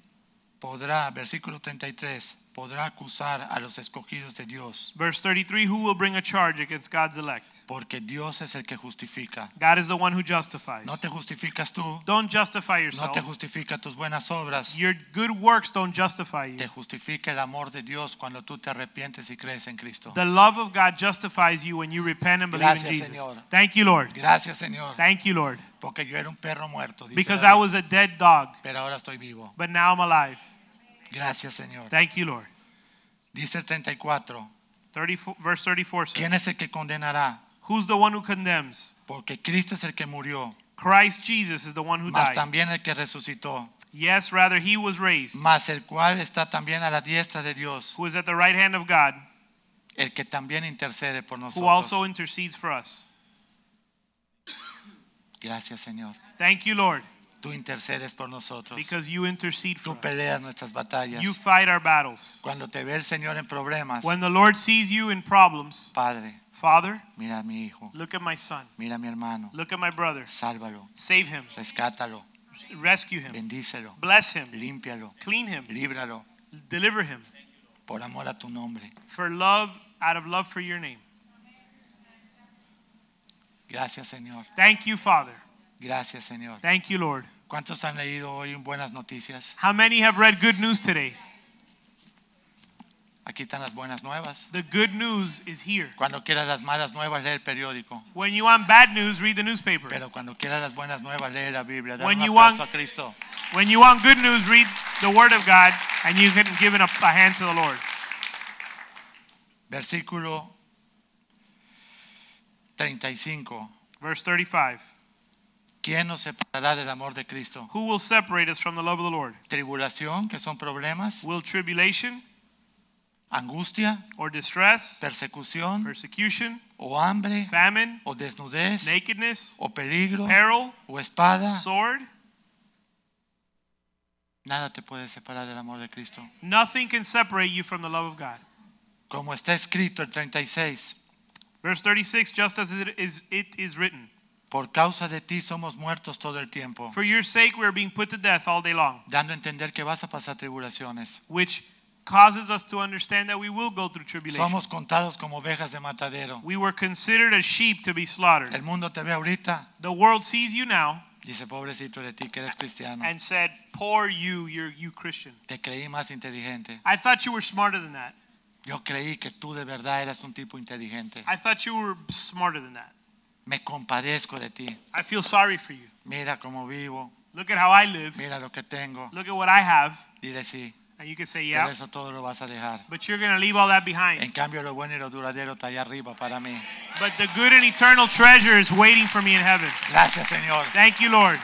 Speaker 1: podrá, versículo 33, podrá acusar a los escogidos de Dios?
Speaker 2: Verse 33 Who will bring a charge against God's elect?
Speaker 1: Porque Dios es el que justifica.
Speaker 2: God is the one who justifies.
Speaker 1: No te justificas tú,
Speaker 2: Don't justify
Speaker 1: no te
Speaker 2: yourself.
Speaker 1: justifica tus buenas obras.
Speaker 2: Your good works don't justify you.
Speaker 1: Te justifica el amor de Dios cuando tú te arrepientes y crees en Cristo.
Speaker 2: The love of God justifies you when you repent and believe
Speaker 1: Gracias,
Speaker 2: in Jesus.
Speaker 1: Señor.
Speaker 2: Thank you, Lord.
Speaker 1: Gracias, Señor,
Speaker 2: Thank you, Lord.
Speaker 1: porque yo era un perro muerto, dice
Speaker 2: Because I
Speaker 1: David,
Speaker 2: was a dead dog,
Speaker 1: pero ahora estoy vivo.
Speaker 2: but now I'm alive.
Speaker 1: Gracias, Señor.
Speaker 2: Thank you, Lord.
Speaker 1: Dice el 34,
Speaker 2: 34, verse 34 says,
Speaker 1: ¿quién es el que condenará?
Speaker 2: Who's the one who condemns?
Speaker 1: Porque Cristo es el que murió,
Speaker 2: Christ Jesus is the one who
Speaker 1: más
Speaker 2: died.
Speaker 1: también el que resucitó,
Speaker 2: Yes, rather, he was raised,
Speaker 1: más el cual está también a la diestra de Dios,
Speaker 2: who is at the right hand of God,
Speaker 1: el que también intercede por
Speaker 2: who also
Speaker 1: nosotros.
Speaker 2: intercedes for us.
Speaker 1: Gracias, Señor.
Speaker 2: Thank you, Lord,
Speaker 1: Tú intercedes por nosotros.
Speaker 2: because you intercede
Speaker 1: Tú
Speaker 2: for us.
Speaker 1: peleas nuestras batallas.
Speaker 2: You fight our battles.
Speaker 1: Cuando te ve el Señor en problemas,
Speaker 2: When the Lord sees you in problems,
Speaker 1: Padre,
Speaker 2: Father,
Speaker 1: mira a mi hijo,
Speaker 2: look at my son,
Speaker 1: mira a mi hermano,
Speaker 2: look at my brother,
Speaker 1: sálvalo,
Speaker 2: save him,
Speaker 1: rescátalo,
Speaker 2: rescue him,
Speaker 1: bendícelo,
Speaker 2: bless him,
Speaker 1: límpialo,
Speaker 2: clean him,
Speaker 1: líbralo,
Speaker 2: deliver him.
Speaker 1: por amor a tu nombre.
Speaker 2: for love out of love for your name.
Speaker 1: Gracias, Señor.
Speaker 2: Thank you, Father.
Speaker 1: Gracias, Señor.
Speaker 2: Thank you, Lord.
Speaker 1: ¿Cuántos han leído hoy en Buenas Noticias?
Speaker 2: How many have read good news today?
Speaker 1: Aquí están las buenas nuevas.
Speaker 2: The good news is here.
Speaker 1: Cuando quieras las malas nuevas, lee el periódico.
Speaker 2: When you want bad news, read the newspaper.
Speaker 1: Pero cuando quieras las buenas nuevas, lee la Biblia. Dale
Speaker 2: When
Speaker 1: un
Speaker 2: you want-
Speaker 1: aplauso a Cristo.
Speaker 2: When you want good news, read the Word of God, and you can give it a, a hand to the Lord.
Speaker 1: Versículo 35.
Speaker 2: Verse 35
Speaker 1: ¿Quién nos separará del amor de Cristo?
Speaker 2: Who will separate us from the love of the Lord?
Speaker 1: Tribulación, que son problemas,
Speaker 2: Will tribulation,
Speaker 1: angustia,
Speaker 2: or distress,
Speaker 1: persecución,
Speaker 2: persecution,
Speaker 1: o hambre,
Speaker 2: famine,
Speaker 1: o desnudez,
Speaker 2: nakedness,
Speaker 1: o peligro,
Speaker 2: peril,
Speaker 1: o espada.
Speaker 2: sword?
Speaker 1: Nada te puede separar del amor de Cristo.
Speaker 2: Nothing can separate you from the love of God.
Speaker 1: Como está escrito el 36,
Speaker 2: Verse 36 Just as it is, it is written.
Speaker 1: por causa de ti somos muertos todo el tiempo,
Speaker 2: For your sake, we are being put to death all day long,
Speaker 1: dando a entender que vas a pasar tribulaciones.
Speaker 2: which causes us to understand that we will go through tribulation.
Speaker 1: Somos contados como ovejas de matadero.
Speaker 2: we were considered as sheep to be slaughtered.
Speaker 1: El mundo te ve ahorita,
Speaker 2: The world sees you now
Speaker 1: dice pobrecito de ti que eres cristiano.
Speaker 2: and said, Poor you, you're you Christian.
Speaker 1: Te creí más inteligente.
Speaker 2: I thought you were smarter than that.
Speaker 1: Yo creí que tú de verdad eras un tipo inteligente.
Speaker 2: I thought you were smarter than that.
Speaker 1: Me compadezco de ti.
Speaker 2: I feel sorry for you.
Speaker 1: Mira cómo vivo.
Speaker 2: Look at how I live.
Speaker 1: Mira lo que tengo.
Speaker 2: Look at what I have.
Speaker 1: Dile sí.
Speaker 2: And you can say,
Speaker 1: Pero
Speaker 2: yeah,
Speaker 1: eso todo lo vas a dejar.
Speaker 2: but you're going to leave all that behind.
Speaker 1: En cambio, lo bueno y lo duradero está allá arriba para mí.
Speaker 2: But the good and eternal treasure is waiting for me in heaven.
Speaker 1: Gracias, Señor.
Speaker 2: Thank you, Lord.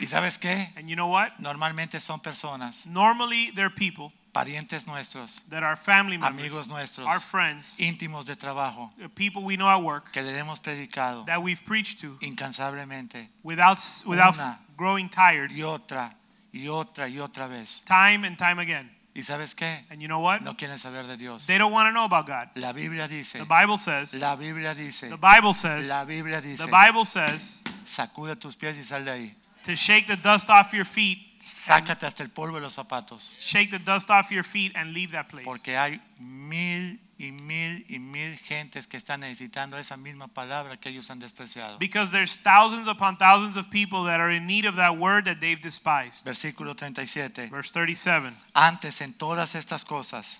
Speaker 1: ¿Y sabes qué?
Speaker 2: And you know what?
Speaker 1: Normalmente son personas,
Speaker 2: Normally, they're people
Speaker 1: parientes nuestros,
Speaker 2: that are family members,
Speaker 1: amigos nuestros,
Speaker 2: our friends,
Speaker 1: íntimos de trabajo,
Speaker 2: the people we know at work
Speaker 1: que le hemos predicado
Speaker 2: that we've preached to
Speaker 1: incansablemente
Speaker 2: without without
Speaker 1: Una.
Speaker 2: growing tired,
Speaker 1: y otra y otra y otra vez.
Speaker 2: time and time again.
Speaker 1: ¿Y sabes qué?
Speaker 2: And you know what?
Speaker 1: No quieren saber de Dios.
Speaker 2: They don't want to know about God.
Speaker 1: La Biblia dice,
Speaker 2: The Bible says.
Speaker 1: la Biblia dice,
Speaker 2: The Bible says.
Speaker 1: la Biblia
Speaker 2: The
Speaker 1: dice,
Speaker 2: Bible says
Speaker 1: sacude tus pies y sal de ahí.
Speaker 2: to shake the dust off your feet,
Speaker 1: Sácate hasta el polvo de los zapatos,
Speaker 2: shake the dust off your feet, and leave that place.
Speaker 1: porque hay mil y mil y mil gentes que están necesitando esa misma palabra que ellos han despreciado.
Speaker 2: Because there's thousands upon thousands of people that are in need of that word that they've despised.
Speaker 1: Versículo 37.
Speaker 2: Verse 37.
Speaker 1: Antes en todas estas cosas,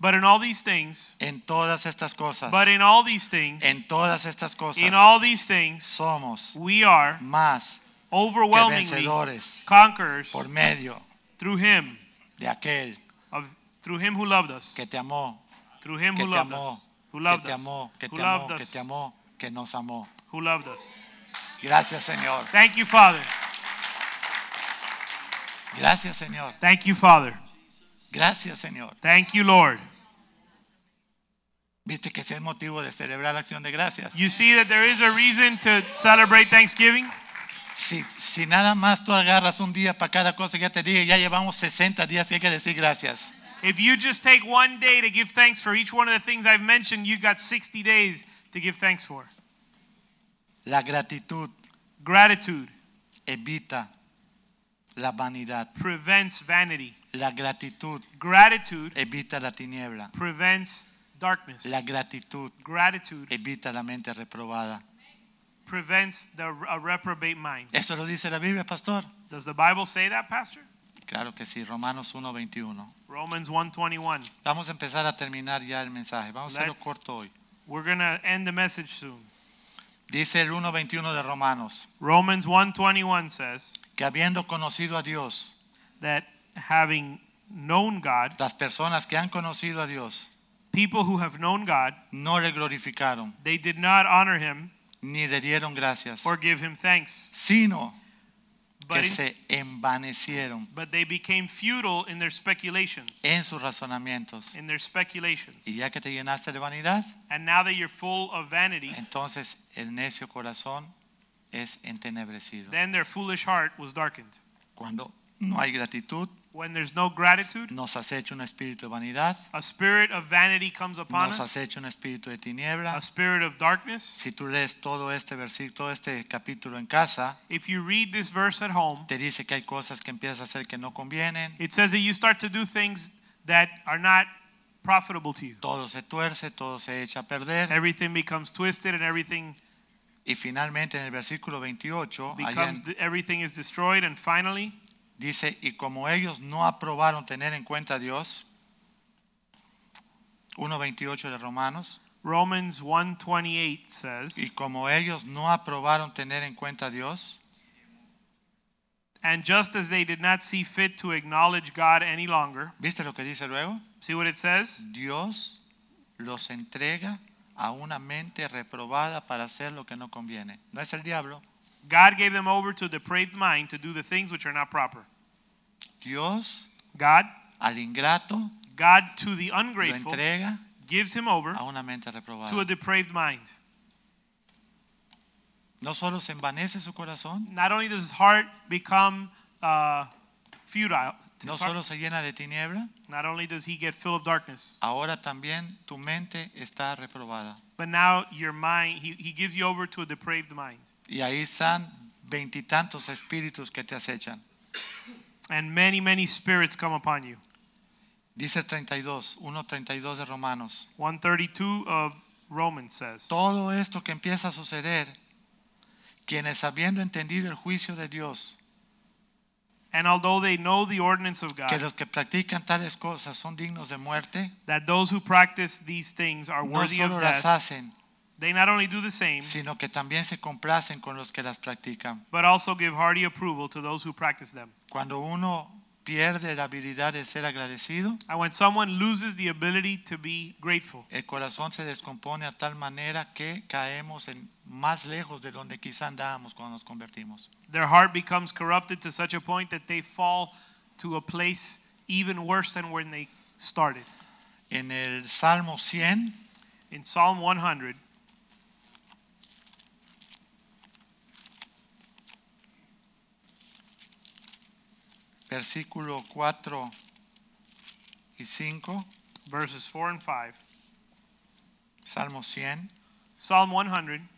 Speaker 2: But in all these things,
Speaker 1: en todas estas cosas,
Speaker 2: but in all these things,
Speaker 1: en todas estas cosas,
Speaker 2: in all these things,
Speaker 1: somos
Speaker 2: we are
Speaker 1: más que
Speaker 2: overwhelmingly
Speaker 1: vencedores
Speaker 2: conquerors
Speaker 1: por medio
Speaker 2: through Him,
Speaker 1: de aquel
Speaker 2: of through Him who loved us,
Speaker 1: que te amó,
Speaker 2: through Him
Speaker 1: que
Speaker 2: who
Speaker 1: te
Speaker 2: loved
Speaker 1: amó,
Speaker 2: us, who
Speaker 1: que
Speaker 2: loved
Speaker 1: te
Speaker 2: us,
Speaker 1: amó, que
Speaker 2: who
Speaker 1: te amó,
Speaker 2: loved
Speaker 1: que
Speaker 2: us,
Speaker 1: te amó, que nos amó.
Speaker 2: who loved us.
Speaker 1: Gracias Señor,
Speaker 2: Thank you, Father.
Speaker 1: gracias Señor,
Speaker 2: Thank you, Father.
Speaker 1: gracias Señor.
Speaker 2: Thank you, Lord.
Speaker 1: Viste que ese es motivo de celebrar la acción de gracias.
Speaker 2: You see that there is a reason to celebrate Thanksgiving.
Speaker 1: Si, si nada más tú agarras un día para cada cosa que ya te dije, ya llevamos 60 días que hay que decir gracias.
Speaker 2: If you just take one day to give thanks for each one of the things I've mentioned, you got 60 days to give thanks for.
Speaker 1: La gratitud
Speaker 2: Gratitude
Speaker 1: evita la vanidad.
Speaker 2: prevents vanity.
Speaker 1: La gratitud
Speaker 2: Gratitude
Speaker 1: evita la tiniebla.
Speaker 2: prevents darkness.
Speaker 1: La gratitud
Speaker 2: Gratitude
Speaker 1: evita la mente reprobada.
Speaker 2: prevents the a reprobate mind.
Speaker 1: ¿Eso lo dice la Biblia, pastor?
Speaker 2: Does the Bible say that, pastor?
Speaker 1: Claro que sí, Romanos 1:21.
Speaker 2: Romans 1:21.
Speaker 1: Vamos a empezar a terminar ya el mensaje. Vamos a hacerlo
Speaker 2: Let's-
Speaker 1: corto hoy.
Speaker 2: We're going to end the message soon.
Speaker 1: Dice el 1:21 de Romanos,
Speaker 2: Romans 1:21 says
Speaker 1: que habiendo conocido a Dios,
Speaker 2: that having known God,
Speaker 1: las personas que han conocido a Dios
Speaker 2: people who have known God,
Speaker 1: no le glorificaron
Speaker 2: they did not honor him
Speaker 1: ni le dieron gracias,
Speaker 2: or give him thanks,
Speaker 1: sino
Speaker 2: but
Speaker 1: que
Speaker 2: in
Speaker 1: se envanecieron
Speaker 2: But they became futile in their speculations.
Speaker 1: en sus razonamientos.
Speaker 2: In their speculations.
Speaker 1: Y ya que te llenaste de vanidad,
Speaker 2: And now that you're full of vanity,
Speaker 1: entonces el necio corazón es entenebrecido.
Speaker 2: then their foolish heart was darkened.
Speaker 1: Cuando no hay gratitud,
Speaker 2: When there's no gratitude,
Speaker 1: nos acecha un espíritu de vanidad,
Speaker 2: a spirit of vanity comes upon
Speaker 1: nos
Speaker 2: us,
Speaker 1: acecha un espíritu de
Speaker 2: a
Speaker 1: tiniebla.
Speaker 2: spirit of darkness.
Speaker 1: Si tú lees todo este versículo, todo este capítulo en casa,
Speaker 2: If you read this verse at home,
Speaker 1: te dice que hay cosas que empiezas a hacer que no convienen,
Speaker 2: it says that you start to do things that are not profitable to you.
Speaker 1: todo se tuerce, todo se echa a perder.
Speaker 2: Everything becomes twisted and everything
Speaker 1: Y finalmente en el versículo 28 allá en-
Speaker 2: becomes everything is destroyed and finally
Speaker 1: dice, y como ellos no aprobaron tener en cuenta a Dios, 1.28 de Romanos,
Speaker 2: Romans 1:28 says
Speaker 1: y como ellos no aprobaron tener en cuenta a Dios,
Speaker 2: And just as they did not see fit to acknowledge God any longer,
Speaker 1: ¿viste lo que dice luego?
Speaker 2: see what it says?
Speaker 1: Dios los entrega a una mente reprobada para hacer lo que no conviene. No es el diablo.
Speaker 2: God gave them over to a depraved mind to do the things which are not proper.
Speaker 1: Dios
Speaker 2: God,
Speaker 1: al ingrato
Speaker 2: God to the
Speaker 1: lo Ah.
Speaker 2: ungrateful
Speaker 1: entrega
Speaker 2: gives him over
Speaker 1: a una mente
Speaker 2: to a
Speaker 1: reprobada.
Speaker 2: depraved mind.
Speaker 1: No solo se envanece su corazón,
Speaker 2: Not only does his heart become uh, futile,
Speaker 1: no solo se llena de tiniebla,
Speaker 2: not only does he get full of darkness,
Speaker 1: ahora también tu mente está reprobada.
Speaker 2: but now your mind, he, he gives you over to a depraved mind.
Speaker 1: Y ahí están veintitantos espíritus que te acechan.
Speaker 2: And many, many spirits come upon you.
Speaker 1: Dice el 32, 1.32 de Romanos.
Speaker 2: 132 of Romans says.
Speaker 1: Todo esto que empieza a suceder, quienes habiendo entendido el juicio de Dios,
Speaker 2: And although they know the ordinance of
Speaker 1: que
Speaker 2: God,
Speaker 1: los que practican tales cosas son dignos de muerte,
Speaker 2: that those who practice these things are
Speaker 1: no
Speaker 2: worthy
Speaker 1: solo
Speaker 2: of
Speaker 1: las
Speaker 2: death,
Speaker 1: hacen,
Speaker 2: they not only do the same,
Speaker 1: sino que también se complacen con los que las practican.
Speaker 2: but also give hearty approval to those who practice them.
Speaker 1: Cuando uno pierde la habilidad de ser agradecido,
Speaker 2: And when someone loses the ability to be grateful,
Speaker 1: el corazón se descompone a tal manera que caemos en más lejos de donde quizá andábamos cuando nos convertimos.
Speaker 2: their heart becomes corrupted to such a point that they fall to a place even worse than when they started.
Speaker 1: En el Salmo 100,
Speaker 2: In Psalm 100,
Speaker 1: versículo 4 y 5,
Speaker 2: verses 4 and 5,
Speaker 1: Salmo 100,
Speaker 2: Psalm 100,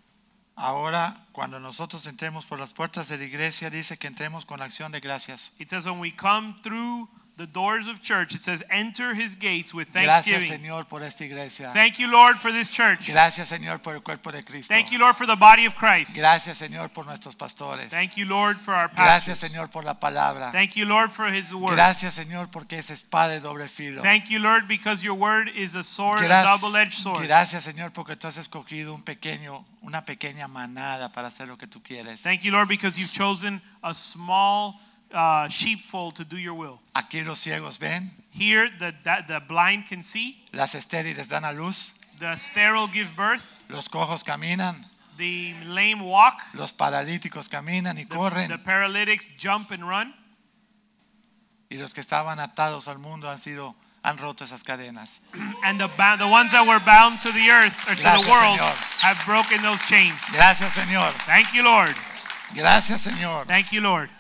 Speaker 1: Ahora, cuando nosotros entremos por las puertas de la iglesia, dice que entremos con acción de gracias.
Speaker 2: it says, When we come through the doors of church, it says, Enter his gates with
Speaker 1: Gracias,
Speaker 2: thanksgiving.
Speaker 1: Señor, por esta iglesia.
Speaker 2: Thank you, Lord, for this church.
Speaker 1: Gracias, Señor, por el cuerpo de Cristo.
Speaker 2: Thank you, Lord, for the body of Christ.
Speaker 1: Gracias, Señor, por nuestros pastores.
Speaker 2: Thank you, Lord, for our
Speaker 1: Gracias,
Speaker 2: pastors.
Speaker 1: Señor, por la palabra.
Speaker 2: Thank you, Lord, for his word.
Speaker 1: Gracias, Señor, porque es espada de doble filo.
Speaker 2: Thank you, Lord, because your word is a sword, a
Speaker 1: Gracias-
Speaker 2: double-edged sword.
Speaker 1: Gracias, Señor, porque tú has escogido un pequeño, una pequeña manada para hacer lo que tú quieres.
Speaker 2: Thank you, Lord, because you've chosen a small uh, sheepfold to do your will.
Speaker 1: Aquí los ciegos ven,
Speaker 2: Here, the, the, the blind can see,
Speaker 1: las estériles dan a luz,
Speaker 2: the sterile give birth,
Speaker 1: los cojos caminan,
Speaker 2: the lame walk,
Speaker 1: los paralíticos caminan y
Speaker 2: the,
Speaker 1: corren.
Speaker 2: the paralytics jump and run,
Speaker 1: y los que estaban atados al mundo han sido han roto esas cadenas.
Speaker 2: and the, ba- the ones that were bound to the earth or to
Speaker 1: Gracias,
Speaker 2: the world
Speaker 1: Señor.
Speaker 2: have broken those chains.
Speaker 1: Gracias, Señor.
Speaker 2: Thank you, Lord.
Speaker 1: Gracias, Señor.
Speaker 2: Thank you, Lord.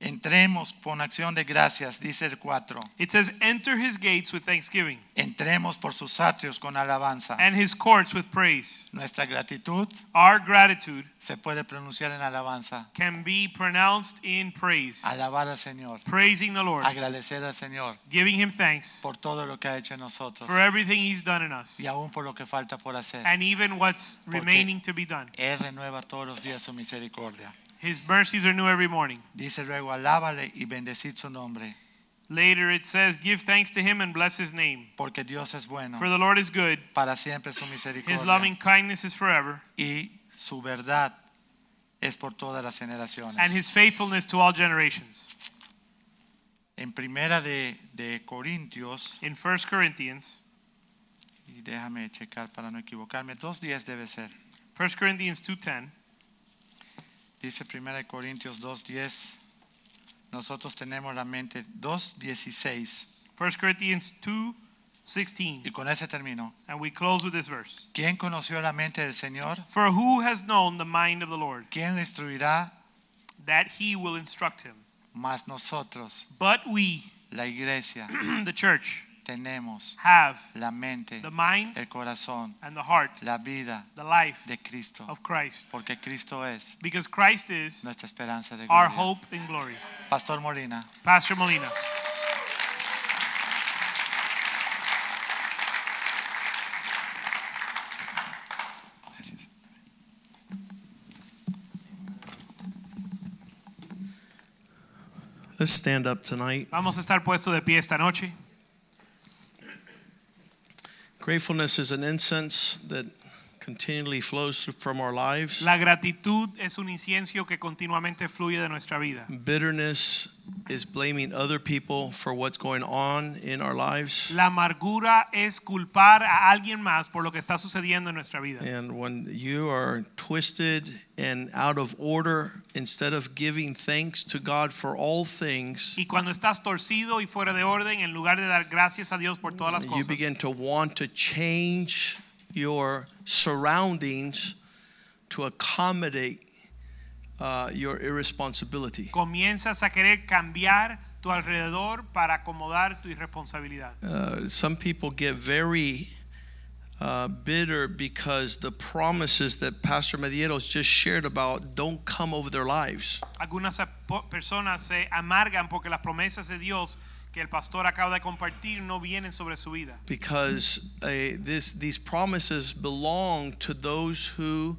Speaker 1: Entremos con acción de gracias, dice el 4.
Speaker 2: It says, Enter his gates with thanksgiving
Speaker 1: Entremos por sus atrios con alabanza.
Speaker 2: and his courts with praise.
Speaker 1: Nuestra gratitud
Speaker 2: Our gratitude
Speaker 1: se puede pronunciar en alabanza.
Speaker 2: can be pronounced in praise,
Speaker 1: Alabar al Señor,
Speaker 2: praising the Lord,
Speaker 1: agradecer al Señor
Speaker 2: giving him thanks.
Speaker 1: por todo lo que ha hecho en nosotros
Speaker 2: for everything he's done in us
Speaker 1: y aún por lo que falta por hacer.
Speaker 2: and even what's
Speaker 1: Porque-
Speaker 2: remaining to be done.
Speaker 1: Él renueva todos los días su misericordia.
Speaker 2: His mercies are new every morning.
Speaker 1: Dice luego, alábale y bendecid su nombre,
Speaker 2: Later it says, Give thanks to him and bless his name.
Speaker 1: porque Dios es bueno.
Speaker 2: For the Lord is good,
Speaker 1: Para siempre su
Speaker 2: his
Speaker 1: misericordia.
Speaker 2: loving kindness is forever,
Speaker 1: y su verdad es por todas las generaciones.
Speaker 2: and his faithfulness to all generations.
Speaker 1: en primera de, de Corintios,
Speaker 2: In 1 Corinthians,
Speaker 1: y déjame checar para no equivocarme, 2.10 debe ser.
Speaker 2: 1 Corinthians 2.10,
Speaker 1: Dice primera de Corintios 2.10, nosotros tenemos la mente 2.16,
Speaker 2: 1 Corinthians 2.16,
Speaker 1: y con ese termino.
Speaker 2: and we close with this verse.
Speaker 1: ¿Quién conoció la mente del Señor?
Speaker 2: For who has known the mind of the Lord,
Speaker 1: ¿Quién le instruirá?
Speaker 2: that he will instruct him?
Speaker 1: Más nosotros,
Speaker 2: But we,
Speaker 1: la iglesia,
Speaker 2: the church,
Speaker 1: tenemos
Speaker 2: have
Speaker 1: la mente,
Speaker 2: the mind
Speaker 1: el corazón,
Speaker 2: and the heart,
Speaker 1: la vida
Speaker 2: the life
Speaker 1: de Cristo,
Speaker 2: of Christ.
Speaker 1: porque Cristo es
Speaker 2: Because Christ is
Speaker 1: nuestra esperanza de
Speaker 2: our
Speaker 1: gloria.
Speaker 2: hope and glory.
Speaker 1: Pastor Molina.
Speaker 2: Pastor Molina.
Speaker 3: Let's stand up tonight.
Speaker 2: Vamos a estar puesto de pie esta noche.
Speaker 3: Gratefulness is an incense that continually flows through from our lives.
Speaker 2: La gratitud es un incienso que continuamente fluye de nuestra vida.
Speaker 3: Bitterness is blaming other people for what's going on in our lives.
Speaker 2: La amargura es culpar a alguien más por lo que está sucediendo en nuestra vida.
Speaker 3: And when you are twisted and out of order, instead of giving thanks to God for all things,
Speaker 2: Y cuando estás torcido y fuera de orden, en lugar de dar gracias a Dios por todas las
Speaker 3: you
Speaker 2: cosas,
Speaker 3: begin to want to change your surroundings to accommodate uh, your irresponsibility.
Speaker 2: comienzas a querer cambiar tu alrededor para acomodar tu irresponsabilidad.
Speaker 3: Uh, some people get very uh, bitter because the promises that Pastor Medieros just shared about don't come over their lives.
Speaker 2: Algunas apo- personas se amargan porque las promesas de Dios que el pastor acaba de compartir no vienen sobre su vida.
Speaker 3: because uh, this, these promises belong to those who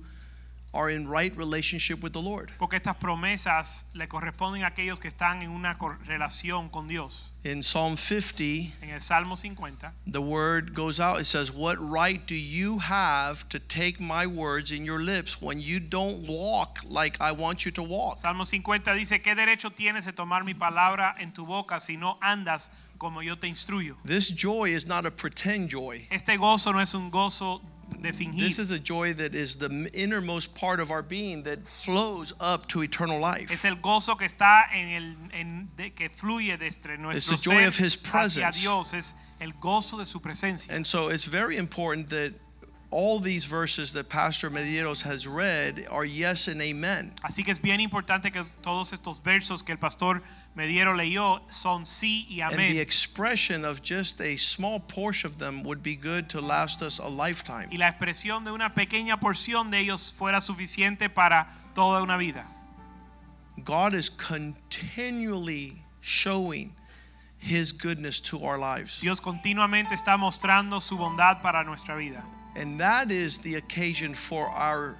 Speaker 3: are in right relationship with the Lord.
Speaker 2: Porque estas promesas le corresponden a aquellos que están en una cor- relación con Dios.
Speaker 3: In Psalm 50,
Speaker 2: En el Salmo 50,
Speaker 3: the word goes out. It says, What right do you have to take my words in your lips when you don't walk like I want you to walk?
Speaker 2: Salmo 50 dice, ¿qué derecho tienes de tomar mi palabra en tu boca si no andas como yo te instruyo?
Speaker 3: This joy is not a pretend joy.
Speaker 2: Este gozo no es un gozo de
Speaker 3: This
Speaker 2: fingir,
Speaker 3: is a joy that is the innermost part of our being that flows up to eternal
Speaker 2: es
Speaker 3: life.
Speaker 2: el gozo que está en el en- de- que fluye desde nuestro
Speaker 3: It's the joy
Speaker 2: ser
Speaker 3: of his
Speaker 2: hacia
Speaker 3: presence.
Speaker 2: Dios, es el gozo de su presencia.
Speaker 3: And so it's very important that all these verses that Pastor Medeiros has read are yes and amen.
Speaker 2: Así que es bien importante que todos estos versos que el pastor Mediero leyó son sí y
Speaker 3: And the
Speaker 2: amén.
Speaker 3: expression of just a small portion of them would be good to last us a lifetime.
Speaker 2: Y la expresión de una pequeña porción de ellos fuera suficiente para toda una vida.
Speaker 3: God is continually showing his goodness to our lives.
Speaker 2: Dios continuamente está mostrando su bondad para nuestra vida.
Speaker 3: And that is the occasion for our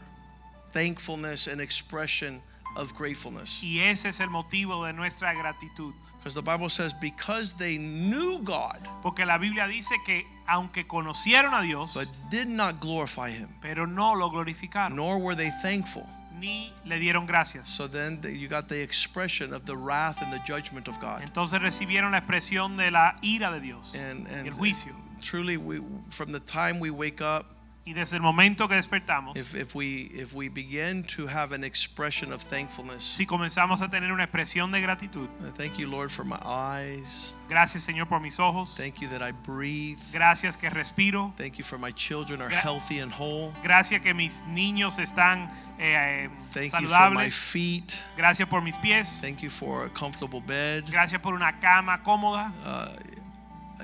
Speaker 3: thankfulness and expression of gratefulness.
Speaker 2: Y ese es el motivo de nuestra gratitud.
Speaker 3: Because the Bible says, because they knew God,
Speaker 2: Porque la Biblia dice que aunque conocieron a Dios,
Speaker 3: but did not glorify him,
Speaker 2: pero no lo glorificaron,
Speaker 3: nor were they thankful.
Speaker 2: ni le dieron gracias.
Speaker 3: So then the- you got the expression of the wrath and the judgment of God.
Speaker 2: Entonces recibieron la expresión de la ira de Dios,
Speaker 3: And,
Speaker 2: el
Speaker 3: and
Speaker 2: juicio.
Speaker 3: truly, we, from the time we wake up,
Speaker 2: Y desde el momento que despertamos,
Speaker 3: if, if, we, if we begin to have an expression of thankfulness,
Speaker 2: si comenzamos a tener una expresión de gratitud,
Speaker 3: Uh, Thank you, Lord, for my eyes.
Speaker 2: gracias Señor por mis ojos,
Speaker 3: Thank you that I breathe.
Speaker 2: gracias que respiro,
Speaker 3: Thank you for my children are
Speaker 2: Gra-
Speaker 3: healthy and whole.
Speaker 2: gracias que mis niños están eh, eh,
Speaker 3: Thank you for my
Speaker 2: saludables,
Speaker 3: feet.
Speaker 2: gracias por mis pies,
Speaker 3: Thank you for a comfortable bed.
Speaker 2: gracias por una cama cómoda.
Speaker 3: Uh,